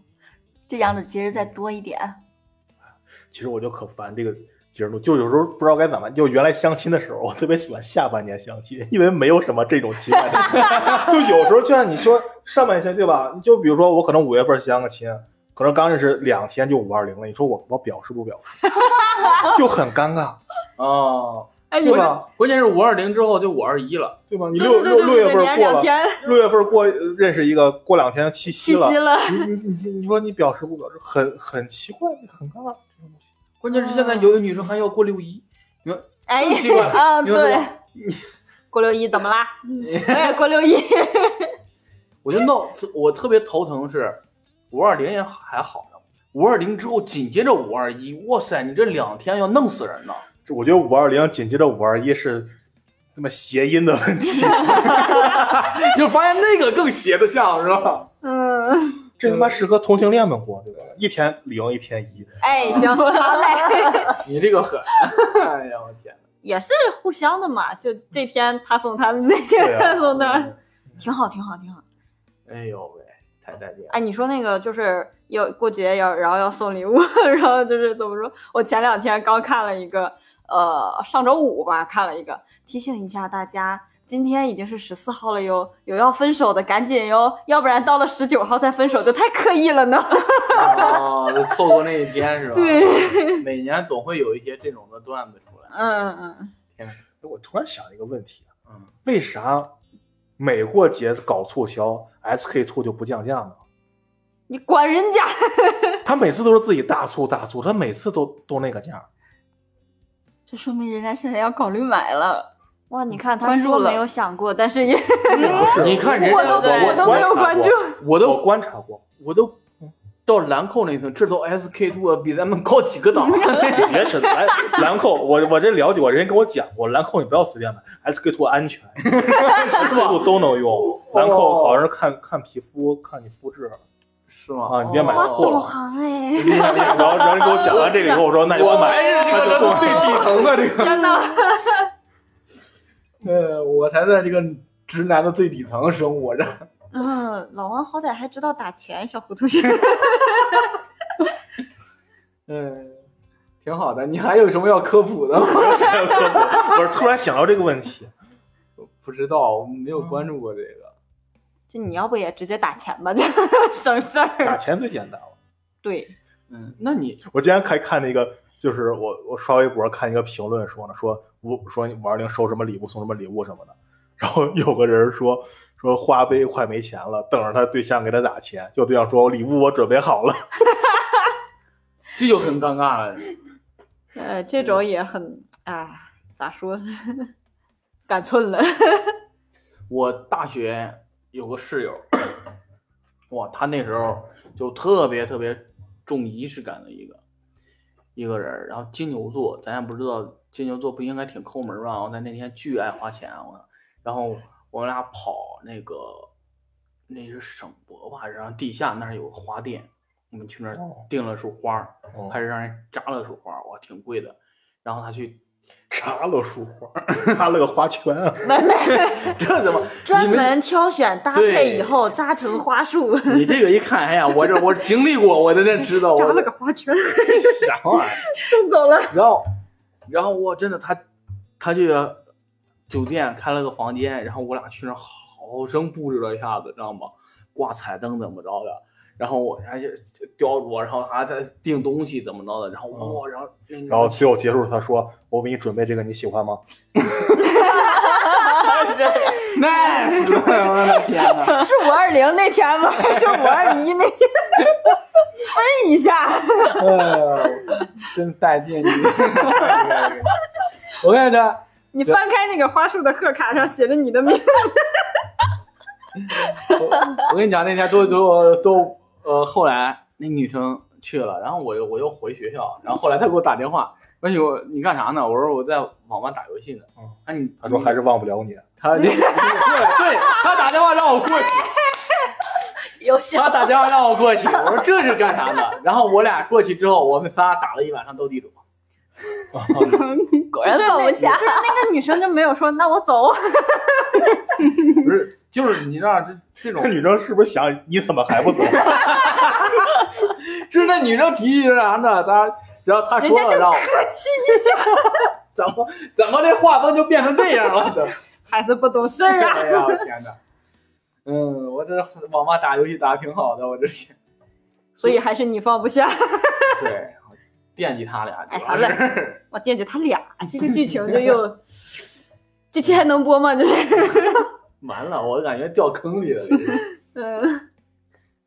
E: 这样的节日再多一点，
B: 其实我就可烦这个节目，就有时候不知道该怎么办。就原来相亲的时候，我特别喜欢下半年相亲，因为没有什么这种奇怪的。就有时候就像你说上半年对吧？你就比如说我可能五月份相个亲，可能刚认识两天就五二零了，你说我我表示不表示， (laughs) 就很尴尬，
A: 哦，
D: 哎，你
B: 对
D: 们
B: 吧？
A: 关键是五二零之后就五二一了，
B: 对吧？你
D: 对
B: 六
D: 对
B: 六六
D: 对对
B: 月
D: 对，
B: 份
D: 连
B: 过
D: 两
B: 了，
D: 天
B: 六月份过认识一个，过两天七夕
D: 七
B: 了
D: 夕，了，
B: 你你你你说你表示不表示，很很奇怪，很尴尬。
A: 关键是现在有的女生还要过六一，
D: 哎，
A: 奇怪，
E: 啊，
A: 你说这
E: 对
A: 个，
D: 过六一怎么啦？
B: 嗯
D: (laughs) 我也过六一，
A: 我就闹，我特别头疼是五二零也还好呢，五二零之后紧接着五二一，哇塞，你这两天要弄死 (laughs) 人呢。
B: 这我觉得五二零紧接着五二一是那么谐音的问题，
A: 就发现那个更邪的像是吧？
D: 嗯，
B: (laughs) 这他妈适合同性恋们过，对吧？一天零一天一，
D: (laughs) 哎，行，好嘞， (laughs)
A: 你这个狠， (laughs) 哎呀我天，
D: 也是互相的嘛，就这天他送他，那
B: 对
D: 天
B: 啊
D: 他送他，挺好，挺好，挺好。
A: 哎呦喂，太带劲了！
D: 哎，你说那个就是要过节要，然后要送礼物， (laughs) 然后就是怎么说？我前两天刚看了一个，呃，上周五吧看了一个，提醒一下大家，今天已经是十四号了哟，有要分手的赶紧哟，要不然到了十九号再分手就太刻意了呢。
A: (laughs) 哦，就错过那一天是吧？
D: 对，
A: 每年总会有一些这种的段子出来。
D: (laughs) 嗯嗯
B: 我突然想一个问题，啊
A: 嗯，
B: 为啥每过节搞促销，SK two 就不降价呢？
D: 你管人家，
B: 他每次都是自己大促大促，他每次都都那个价。
E: 这说明人家现在要考虑买了。
D: 哇，你看他
E: 关注
D: 说没
E: 了
D: 有想过，但是也
B: 是
A: 你看人家
D: 我都
E: 对
D: 我都没有关注，
A: 我
B: 我
A: 都
B: 我观察 (laughs) 过，
A: 我都到兰蔻那层，这都 SK two 比咱们高几个档。 (laughs)
B: 你别扯兰哎兰蔻，我我这了解过，人家跟我讲过，兰蔻你不要随便买，SK two 安 (laughs) 全，SK two 都能用。兰蔻好像是看看皮肤，看你肤质啊
A: 是吗？哦
B: 啊，你别 (laughs) 买
D: 我
B: 错
D: 懂
B: 了。
D: 行哎。
B: 厉害厉害！然后然后人给我讲完这个以后，我说那就不买。
A: 是这个最底层的这个，
D: 天 (laughs) 呐，
A: (laughs) 呃，我才在这个直男的最底层生活着。
D: 嗯，老王好歹还知道打钱，小糊涂精。
A: 嗯，挺好的。你还有什么要科普的吗？ (laughs)
B: 我是突然想到这个问题，
A: 不知道，我没有关注过这个。
D: (laughs) 就你要不也直接打钱吧，就省事
B: 打
D: 儿。
B: 钱最简单了。
D: 对，
A: 嗯，那你
B: 我今天还看了一个，就是我我刷微博看一个评论说呢，说五说五二零收什么礼物送什么礼物什么的，然后有个人说说花呗快没钱了，等着他对象给他打钱，就对象说我礼物我准备好了，
A: 这就很尴尬了。
D: 呃，这种
E: 嗯
D: 也很，哎，咋说， (laughs) 赶寸了。
A: 我大学有个室友，哇，他那时候就特别特别重仪式感的一个一个人儿。然后金牛座，咱也不知道金牛座不应该挺抠门儿吗？我在那天巨爱花钱，啊我然后我们俩跑那个那是省博吧，然后地下那儿有个花店，我们去那儿
B: 哦
A: 订了束花儿，
B: 哦
A: 还是让人扎了束花儿，哇，挺贵的。然后他去 (laughs)
B: 插了束花，插了个花圈啊，
A: 这怎么
D: 专
A: 你们
D: 门挑选搭配以后扎成花束， (laughs)
A: 你这个一看，哎呀，我这我经历过，我真的知道，我
D: 扎了个花圈
A: 啥玩意儿？
D: 送走了。
A: 然后，然后我真的他，他去酒店开了个房间，然后我俩去那儿好生布置了一下子，知道吗？挂彩灯怎么着的，然后我哎还就雕琢，然后还在订东西怎么着的，然后我、然后
B: 然
A: (laughs)
D: 哦
B: 后最后结束他说我给你准备这个你喜欢吗？
A: nice，我的天
D: (laughs)
A: 哪！
E: 啊
D: 是五二零那天吗？还是五二一那天？ (laughs) 问一下，
A: 哎呦，真带
D: (laughs)
A: 劲！ (laughs) 你我看这。
D: 你翻开那个花束的贺卡上写着你的名字，
A: 我 (laughs) 跟你讲，那天都都都呃，后来那女生去了，然后我又我又回学校，然后后来她给我打电话，问你我你干啥呢？我说我在网吧打游戏呢
B: 嗯。
A: 那你
B: 他说还是忘不了你，
A: 他对 (laughs) 对，他打电话让我过去，
E: 有些
A: 他打电话让我过去，我说这是干啥呢？然后我俩过去之后，我们仨打了一晚上斗地
B: (laughs)
A: 主。
E: 果然
D: 就是
E: 放
D: 那
E: 不下
D: 就是。那个女生就没有说那我走， (laughs)
A: 不是，就是你知道这这种
B: (laughs) 这，女生是不是想你怎么还不走？
A: 就是那女生提议是啥呢？她然后她说了让我
D: 客气一下。
A: 怎么怎么这画风就变成这样了？怎么
D: 孩子不懂事儿
A: (laughs)
D: 啊。
A: 哎
D: (laughs)
A: 呀，我天哪！嗯，我这网吧打游戏打的挺好的，我这
D: 所以还是你放不下。 (laughs)
A: 对，惦记他俩，
D: 哎
A: 主
D: 好
A: 要
D: 嘞
A: 是 (laughs)
D: 我惦记他俩，这个剧情就
E: (laughs)
D: 又，这期还能播吗？这是，
A: 完了，我感觉掉坑里了。这是
D: (laughs) 嗯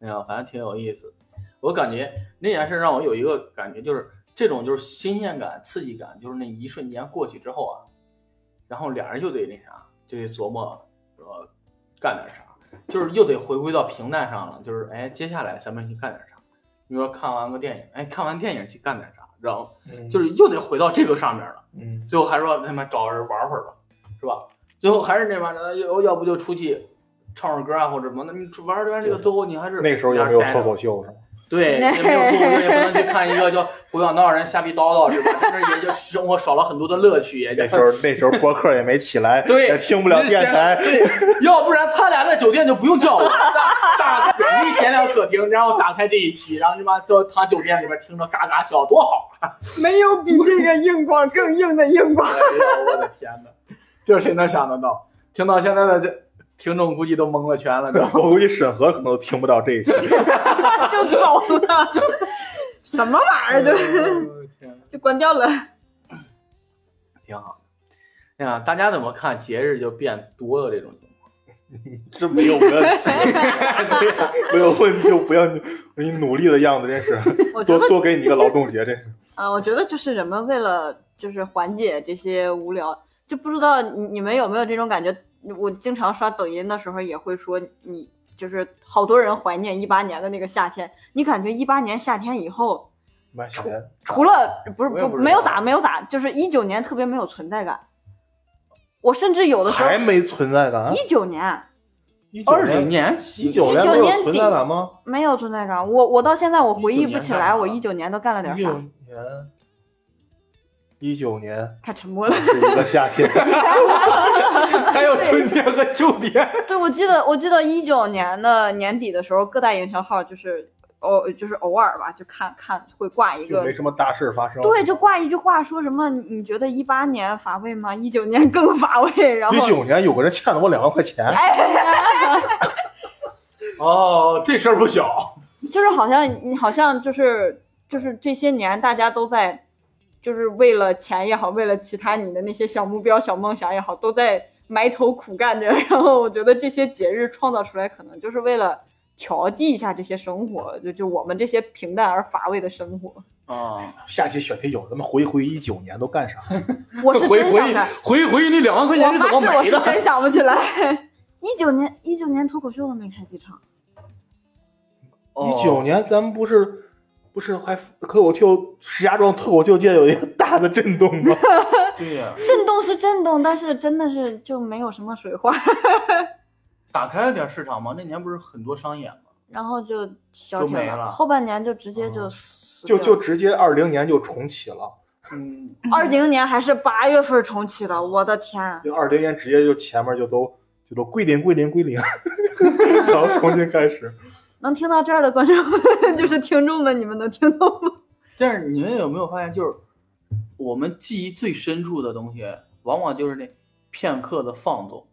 A: 哎呀，反正挺有意思。我感觉那件事让我有一个感觉，就是这种就是新鲜感、刺激感，就是那一瞬间过去之后啊，然后俩人又得那啥，就得琢磨说干点啥，就是又得回归到平淡上了。就是哎，接下来咱们去干点啥？你说看完个电影，哎，看完电影去干点啥？然后就是是又得回到这个上面了。
B: 嗯，
A: 最后还说他妈找人玩会儿吧，是吧？最后还是那玩意儿，要要不就出去唱会儿歌啊，或者什么的。你玩儿完这个最后，你还是
B: 那个时候也没有脱口秀是吗？
A: 对，也没有脱口秀，也不能去看一个叫胡小闹人瞎逼叨叨，是吧？但是也就生活少了很多的乐趣，也就
B: 那时候那时候播客也没起来，
A: 对
B: 也听不了电台。
A: 对，要不然他俩在酒店就不用叫我，打打开一闲聊客厅，然后打开这一期，然后你妈就躺酒店里边听着嘎嘎笑，多好啊！
D: 没有比这个硬广更硬的硬 (laughs) 广。
A: 哎呀，我的天哪，这谁能想得到？听到现在的这听众估计都蒙了圈了，知道吗？
B: 我估计审核可能都听不到这一期。
D: 就走了，什么玩意儿
A: 哎
D: 就就关掉了。
A: 挺好的。哎呀，大家怎么看节日就变多了这种情
B: 这没有问题， (laughs) 没有问题就不要你你努力的样子，真是
D: 我觉
B: 多
D: 得
B: 多给你一个劳动节，真是
D: 啊，我觉得就是人们为了就是缓解这些无聊，就不知道你你们有没有这种感觉？我经常刷抖音的时候也会说你，就是好多人怀念一八年的那个夏天。你感觉一八年夏天以后，
B: 蛮吓人。
D: 除了啊不是
A: 我也不
D: 不
A: 知道
D: 没有咋没有咋，就是一九年特别没有存在感。我甚至有的时候
B: 还没存在感，啊
D: 一九年
B: 一
A: 况？年
B: 一九年没有存在感吗？
D: 没有存在感，我我到现在我回忆不起来我一
A: 19
D: 九年都干了点
B: 一
D: 啥
B: 九。年，一九年
D: 太沉默了。 (laughs)
B: 是一个夏天，
A: 还有春天和秋天。
D: 对，我记得我记得一九年的年底的时候，各大营销号就是偶就是偶尔吧，就看看会挂一
B: 就
D: 个
B: 没，什么大事发生。
D: 对，就挂一句话，说什么你觉得一八年乏味吗？一九年更乏味。然后哎
B: 一九年有个人欠了我两万块钱，
A: 哦，这事儿不小。
D: 就是好像你好像就是就是这些年大家都在，就是为了钱也好，为了其他你的那些小目标、小梦想也好，都在埋头苦干着。 (laughs) 然后我觉得这些节日创造出来，可能就是为了调剂一下这些生活，就就我们这些平淡而乏味的生活。
A: 啊、
B: 下期选题有，咱们回回一九年都干啥？
D: (laughs) 我是
A: 回
D: 真
A: 回
D: 想的，
A: 回回那两万块
D: 我
A: 钱是
D: 发
A: 怎么
D: 誓我
A: 没
D: 是
A: 的？
D: 真想不起来。 (laughs) 一九年，一九年脱口秀都没开几场，哦
B: 一
A: 哦
B: 九年咱们不是不是还脱口秀石家庄脱口秀界有一个大的震动
D: (laughs)
B: 吗？
A: 对呀、
D: 震动是震动，但是真的是就没有什么水花，
A: 打开了点市场嘛。那年不是很多商演吗？
D: 然后就消
A: 都
D: 停
A: 没了
D: 后半年就直接就
B: 嗯
D: 死
B: 就
D: 掉
B: 就直接二零年就重启了。
A: 嗯，
D: 二零年还是八月份重启的，我的天！啊
B: 就二零年直接就前面就都就都归零归零归零， (laughs) 然后重新开始。
D: 能听到这儿的观众 (laughs) 就是听众们，你们能听到吗？
A: 但是你们有没有发现，就是我们记忆最深处的东西，往往就是那片刻的放纵，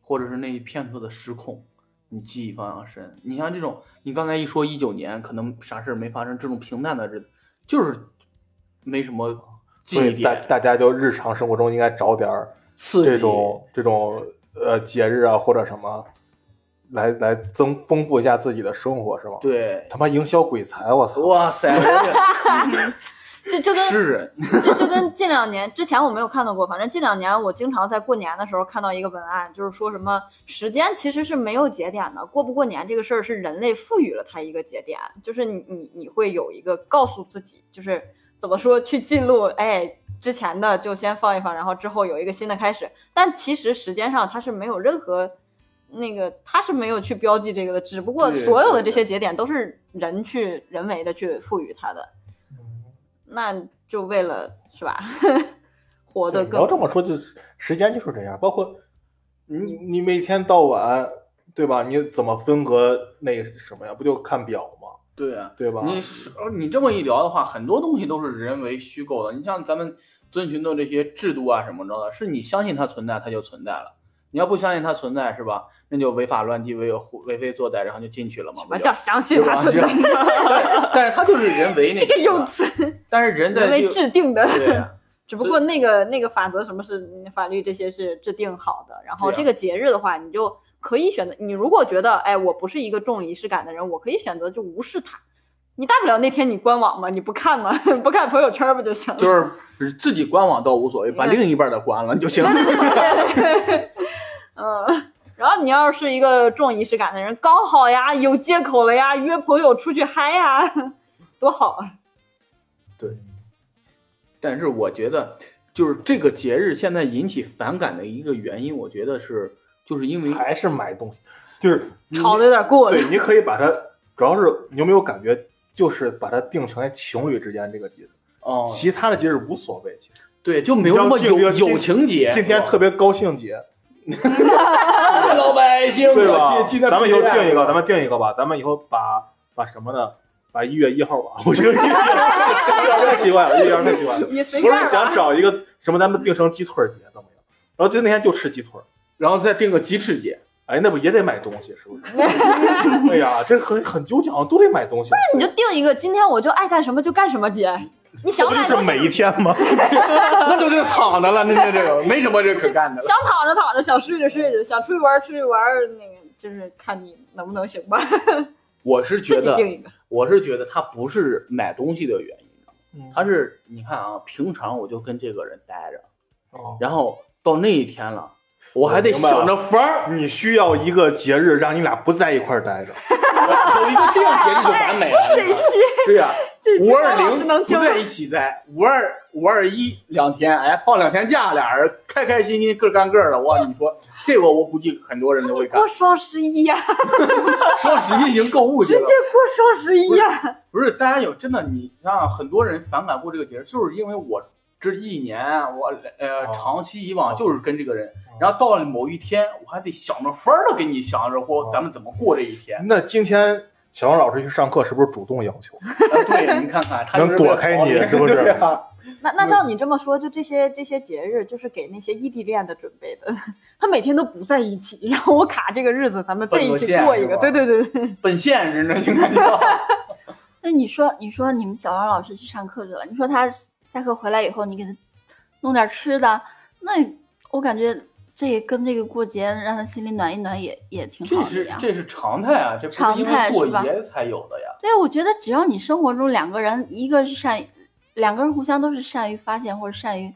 A: 或者是那一片刻的失控，你记忆非常深。你像这种，你刚才一说一九年，可能啥事儿没发生，这种平淡的日子，就是没什么 (laughs) 记
B: 所
A: 忆
B: 以大
A: 点，
B: 大家就日常生活中应该找点儿
A: 刺激
B: 这种这种呃节日啊或者什么，来来增丰富一下自己的生活是吗？，
A: 对。
B: 他妈营销鬼才，我操！
A: 哇塞，我
D: 就就
A: 这
D: 跟
A: 诗人，
D: (laughs) 就就跟近两年之前我没有看到过，反正近两年我经常在过年的时候看到一个文案，就是说什么时间其实是没有节点的，过不过年这个事儿是人类赋予了它一个节点，就是你你你会有一个告诉自己，就是怎么说去记录，哎，之前的就先放一放，然后之后有一个新的开始，但其实时间上它是没有任何。那个它是没有去标记这个的，只不过
A: 对
D: 所有的
A: 对
D: 这些节点都是人去人为的去赋予它的，那就为了是吧， (laughs) 活得
B: 对，你
D: 更
B: 要这么说，就是时间就是这样。包括你，
A: 嗯
B: 你每天到晚，对吧？你怎么分割那个什么呀？不就看表吗？
A: 对啊，
B: 对吧？
A: 你是呃你这么一聊的话，很多东西都是人为虚构的。你像咱们遵循的这些制度啊什么着的，是你相信它存在，它就存在了。你要不相信它存在是吧？那就违法乱纪、为为非作歹，然后就进去了嘛。
D: 我
A: 不
D: 叫
A: 就
D: 相信它存
A: 是吧
D: 在，
A: 但但是它就是人为那
D: (laughs) 这
A: 个
D: 个
A: 的
D: 用词
A: 但是人在
D: 人为
A: 就
D: 制定的。
A: 对啊，
D: (laughs) 只不过那个那个法则什么是嗯法律这些是制定好的，然后
A: 对啊
D: 这个节日的话，你就可以选择，你如果觉得哎我不是一个重仪式感的人，我可以选择就无视它。你大不了那天你官网嘛，你不看嘛， (laughs) 不看朋友圈不就行了？
A: 就是自己官网倒无所谓，把
D: 对
A: 另一半的关了就行了。 (laughs)
D: 嗯，然后你要是一个重仪式感的人，刚好呀，有借口了呀，约朋友出去嗨呀， (laughs) 多好啊！
A: 但是我觉得，就是这个节日现在引起反感的一个原因，我觉得是就是因为
B: 还是买东西，
A: (laughs)
B: 就是你
D: 吵的有点过了
B: 对，。你可以把它，主要是你有没有感觉，就是把它定成情侣之间这个节日，
A: 哦，
B: 其他的节日无所谓。其实
A: 对，就没有那么友
B: 你要今
A: 友情节。
B: 今天特别高兴节，
D: (laughs)
A: 别老百姓啊，
B: 对吧？
A: 今今天
B: 咱们以
A: 就
B: 后定一个，咱们定一个吧，咱们以后把把什么呢？把一月一号吧，我觉得有点太奇怪 (laughs) 了，有点太奇怪了。
D: 你随
B: 不
D: 便
B: 是想
D: 吧，
B: 找一个什么，咱们定成鸡腿儿节怎么样？然后就那天就吃鸡腿儿，
A: 然后再定个鸡翅节。
B: 哎，那不也得买东西是不
D: (laughs)
B: 是？哎呀，这很很纠结，好像都得买东西。
D: 你就定一个，今天我就爱干什么就干什么节。你想
B: 不
D: 买
B: 是
D: 东
B: (laughs)
D: 西
B: 每一天吗？
A: 那就就躺着了，那那这个没什么这可干的了。
D: 想躺着躺着，想睡着睡着，想出去玩儿出去玩儿，那个就是看你能不能行吧，
A: 我是觉
D: 自己
A: 得，
D: 定一个。
A: 我是觉得他不是买东西的原因，啊
B: 嗯
A: 他是你看啊，平常我就跟这个人待着，
B: 哦
A: 然后到那一天了，我还得
B: 我明白了
A: 想着法儿。
B: 你需要一个节日让你俩不在一块儿待着。
A: 有一个这样节日就完美了。
D: (laughs) 这一期
A: 对呀、
D: 这 (laughs) 一期
A: 五二
D: 王老师
A: 零
D: 能
A: 不
D: 听
A: 在一起在五二五二一两天，哎，放两天假，俩人开开心心各干各的。哇，你说这个我估计很多人都会干
D: 过。
A: (laughs)
D: 双十一呀、
A: 双十一已经购物去
D: 直接
A: 了，
D: 过双十一呀、
A: 不是大家有真的你像很多人反感过这个节日，就是因为我这一年我呃
B: 哦
A: 长期以往
B: 哦
A: 就是跟这个人，然后到了某一天我还得想着法儿的跟你想着或
B: 哦
A: 咱们怎么过这一
B: (laughs)
A: 天。
B: 那今天小王老师去上课，是不是主动要求？
A: 啊对，你看看他就是
B: 能躲开你
A: 为了
B: 是不是
A: 对 (laughs) 呀
D: 那那照你这么说，就这些这些节日，就是给那些异地恋的准备的。他每天都不在一起，然后我卡这个日子，咱们在一起过一个。
A: 奔个
D: 对对对对，
A: 奔现实呢，应该叫。
E: 那你说，你说你们小王老师去上课去了，你说他下课回来以后，你给他弄点吃的，那我感觉这跟这个过节让他心里暖一暖也也挺
A: 这
E: 好的
A: 是
E: 呀。
A: 这是常态啊，这不
E: 常
A: 是因
E: 态
A: 为过
E: 是吧
A: 节才有的呀。
E: 对，我觉得只要你生活中两个人，一个是善于，两个人互相都是善于发现或者善于，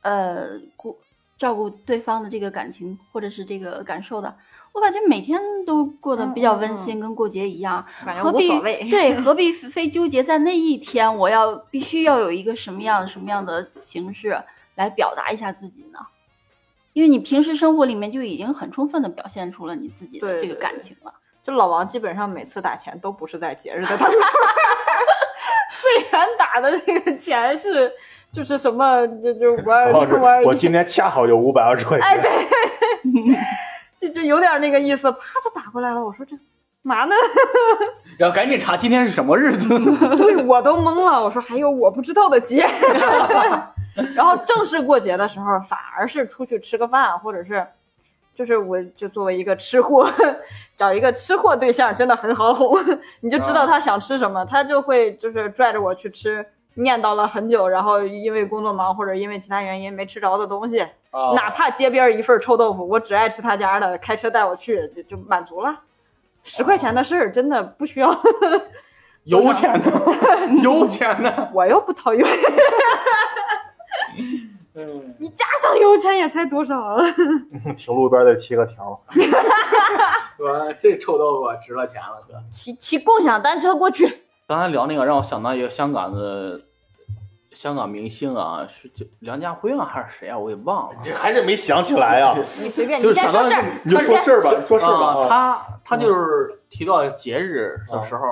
E: 呃，顾照顾对方的这个感情或者是这个感受的，我感觉每天都过得
D: 嗯
E: 比较
D: 嗯
E: 温
D: 嗯
E: 馨，跟过节一样。
D: 反正
E: 何
D: 无
E: 必
D: 所谓。 (laughs)
E: 对，何必非非纠结在那一天？我要必须要有一个什么样什么样的形式来表达一下自己呢？因为你平时生活里面就已经很充分的表现出了你自己的
D: 对
E: 这个
D: 对
E: 感
D: 对
E: 情了。
D: 就老王基本上每次打钱都不是在节日的当天， (laughs) 虽然打的那个钱是就是什么就就五二
B: 王老
D: 零五二
B: 师，我
D: 一，
B: 今天恰好有五百二十块钱。
D: 哎对，就就有点那个意思，啪就打过来了。我说这嘛呢？
A: 然后赶紧查今天是什么日子，
E: (laughs)
D: (laughs) 对我都懵了，我说还有我不知道的节。 (laughs) 然后正式过节的时候，反而是出去吃个饭，或者是，就是我就作为一个吃货， (laughs) 找一个吃货对象真的很好哄， (laughs) 你就知道他想吃什么，他就会就是拽着我去吃，念叨了很久，然后因为工作忙或者因为其他原因没吃着的东西，
A: 啊
D: 哪怕街边一份臭豆腐，我只爱吃他家的，开车带我去就就满足了，十块钱的事儿真的不需要。 (laughs)
A: 有钱呢，
E: (laughs)
A: 有钱呢。
D: 我又不掏油，
A: 嗯，
D: 你加上油钱也才多少啊？
B: 停路边再贴个条儿。
A: 我这臭豆腐值了钱了，哥。
D: (laughs) 骑骑共享单车过去，
A: 刚才聊那个让我想到一个香港的香港明星啊，是叫梁家辉啊还是谁啊？我给忘了。
B: 这还是没想起来
A: 啊
B: 呀、
D: 你随便，
A: 就是
D: 先
A: 想到
D: 说事
A: 那
D: 儿
A: 个，
B: 你就
D: 他
B: 说
D: 先
B: 事儿吧，你说事儿吧。
A: 啊，
B: 啊嗯
A: 他他就是提到节日的时候，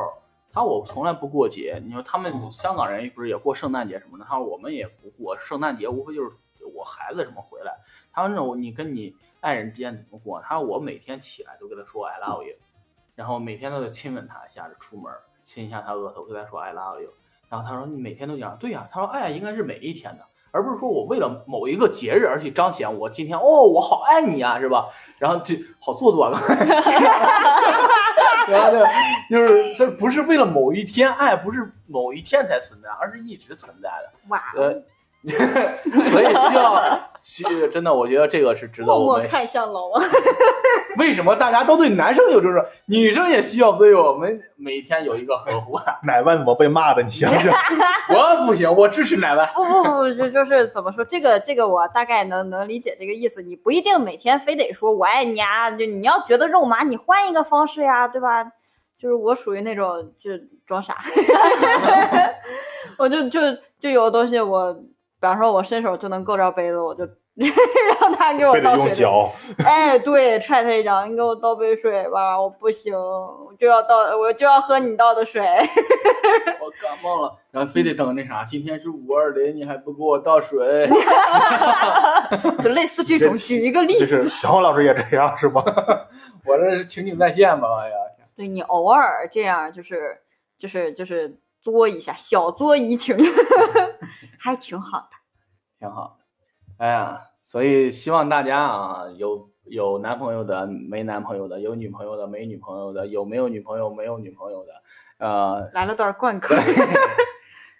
A: 他我从来不过节。你说他们
B: 嗯
A: 香港人不是也过圣诞节什么的，他说我们也不过圣诞节，无非就是我孩子什么回来。他说那我你跟你爱人之间怎么过？他说我每天起来就跟他说 I love you，然后每天都得亲吻他一下，出门亲一下他额头，跟他说 I love you。然后他说你每天都这样，对呀、他说爱应该是每一天的。而不是说我为了某一个节日而去彰显我今天哦，我好爱你啊，是吧？然后这好做作啊， (laughs) 然后呢，就是这不是为了某一天爱，不是某一天才存在，而是一直存在的。
D: 哇，
A: 呃， (laughs) 所以需要去真的，我觉得这个是值得
D: 默
A: 我
D: 默
A: 们
D: 看向老王，
A: 为什么大家都对男生有这种，女生也需要对我们每天有一个呵护？啊
B: 奶啊万怎么被骂的？你想
D: (laughs)
B: 想，
A: (laughs) 我不行，我支持奶爸。
D: 不不不，就就是怎么说，这个这个我大概能能理解这个意思。你不一定每天非得说我爱你啊，就你要觉得肉麻，你换一个方式呀，对吧？就是我属于那种就装 (laughs) 傻，我就就就有的东西我，比方说我伸手就能够着杯子，我就 (laughs) 让他给我
B: 非得
D: 倒水
B: 用
D: 里
B: 脚，
D: (laughs) 哎，对，踹他一脚，你给我倒杯水吧，我不行，我就要倒，我就要喝你倒的 (laughs) 水。
A: 我感冒了，然后非得等那啥，今天是五二零，你还不给我倒水？
D: 就类似这种，举一个例
B: 就
D: 子，
B: 是小王老师也这样是吧？
A: 我这是情景再现吧？哎呀，
D: 对你偶尔这样，就是就是就是作一下，小作怡情， (laughs) 还挺好的。
A: 挺好。哎呀，所以希望大家啊，有有男朋友的、没男朋友的，有女朋友的、没女朋友的，有没有女朋友、没有女朋友的，呃，
D: 来了段灌 (laughs) 客，
A: (laughs)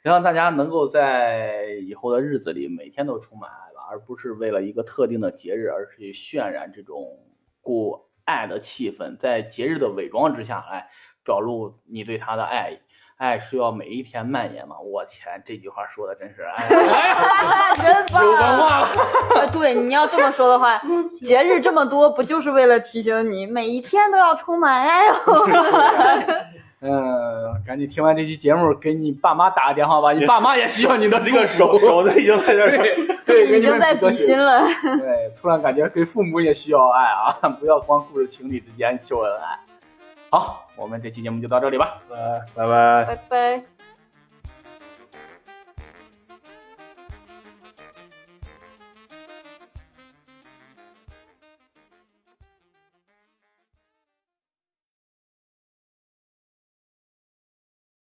A: 希望大家能够在以后的日子里每天都充满爱吧，而不是为了一个特定的节日而去渲染这种过爱的气氛，在节日的伪装之下来表露你对他的爱意。爱是要每一天蔓延嘛？我天，这句话说的真是哎
D: (laughs)
A: 呀，
D: 真
A: 哎呀有文
D: 棒！ (laughs)
A: 化了。
D: 呃对，你要这么说的 (laughs) 话，节日这么多，不就是为了提醒你每一天都要充满爱哦？
A: 嗯，赶紧听完这期节目，给你爸妈打个电话吧，你爸妈也需要你
D: (laughs)
A: 的这个手
B: 手手都已经在这儿
A: 对对，给
D: 已
A: 你们
D: 经在
A: 比个
D: 比
A: 手
D: 心了。
A: (laughs) 对，突然感觉对父母也需要爱啊， (laughs) 不要光顾着情侣之间秀恩爱。好，我们这期节目就到这里吧。
B: 拜拜拜。
D: 拜拜。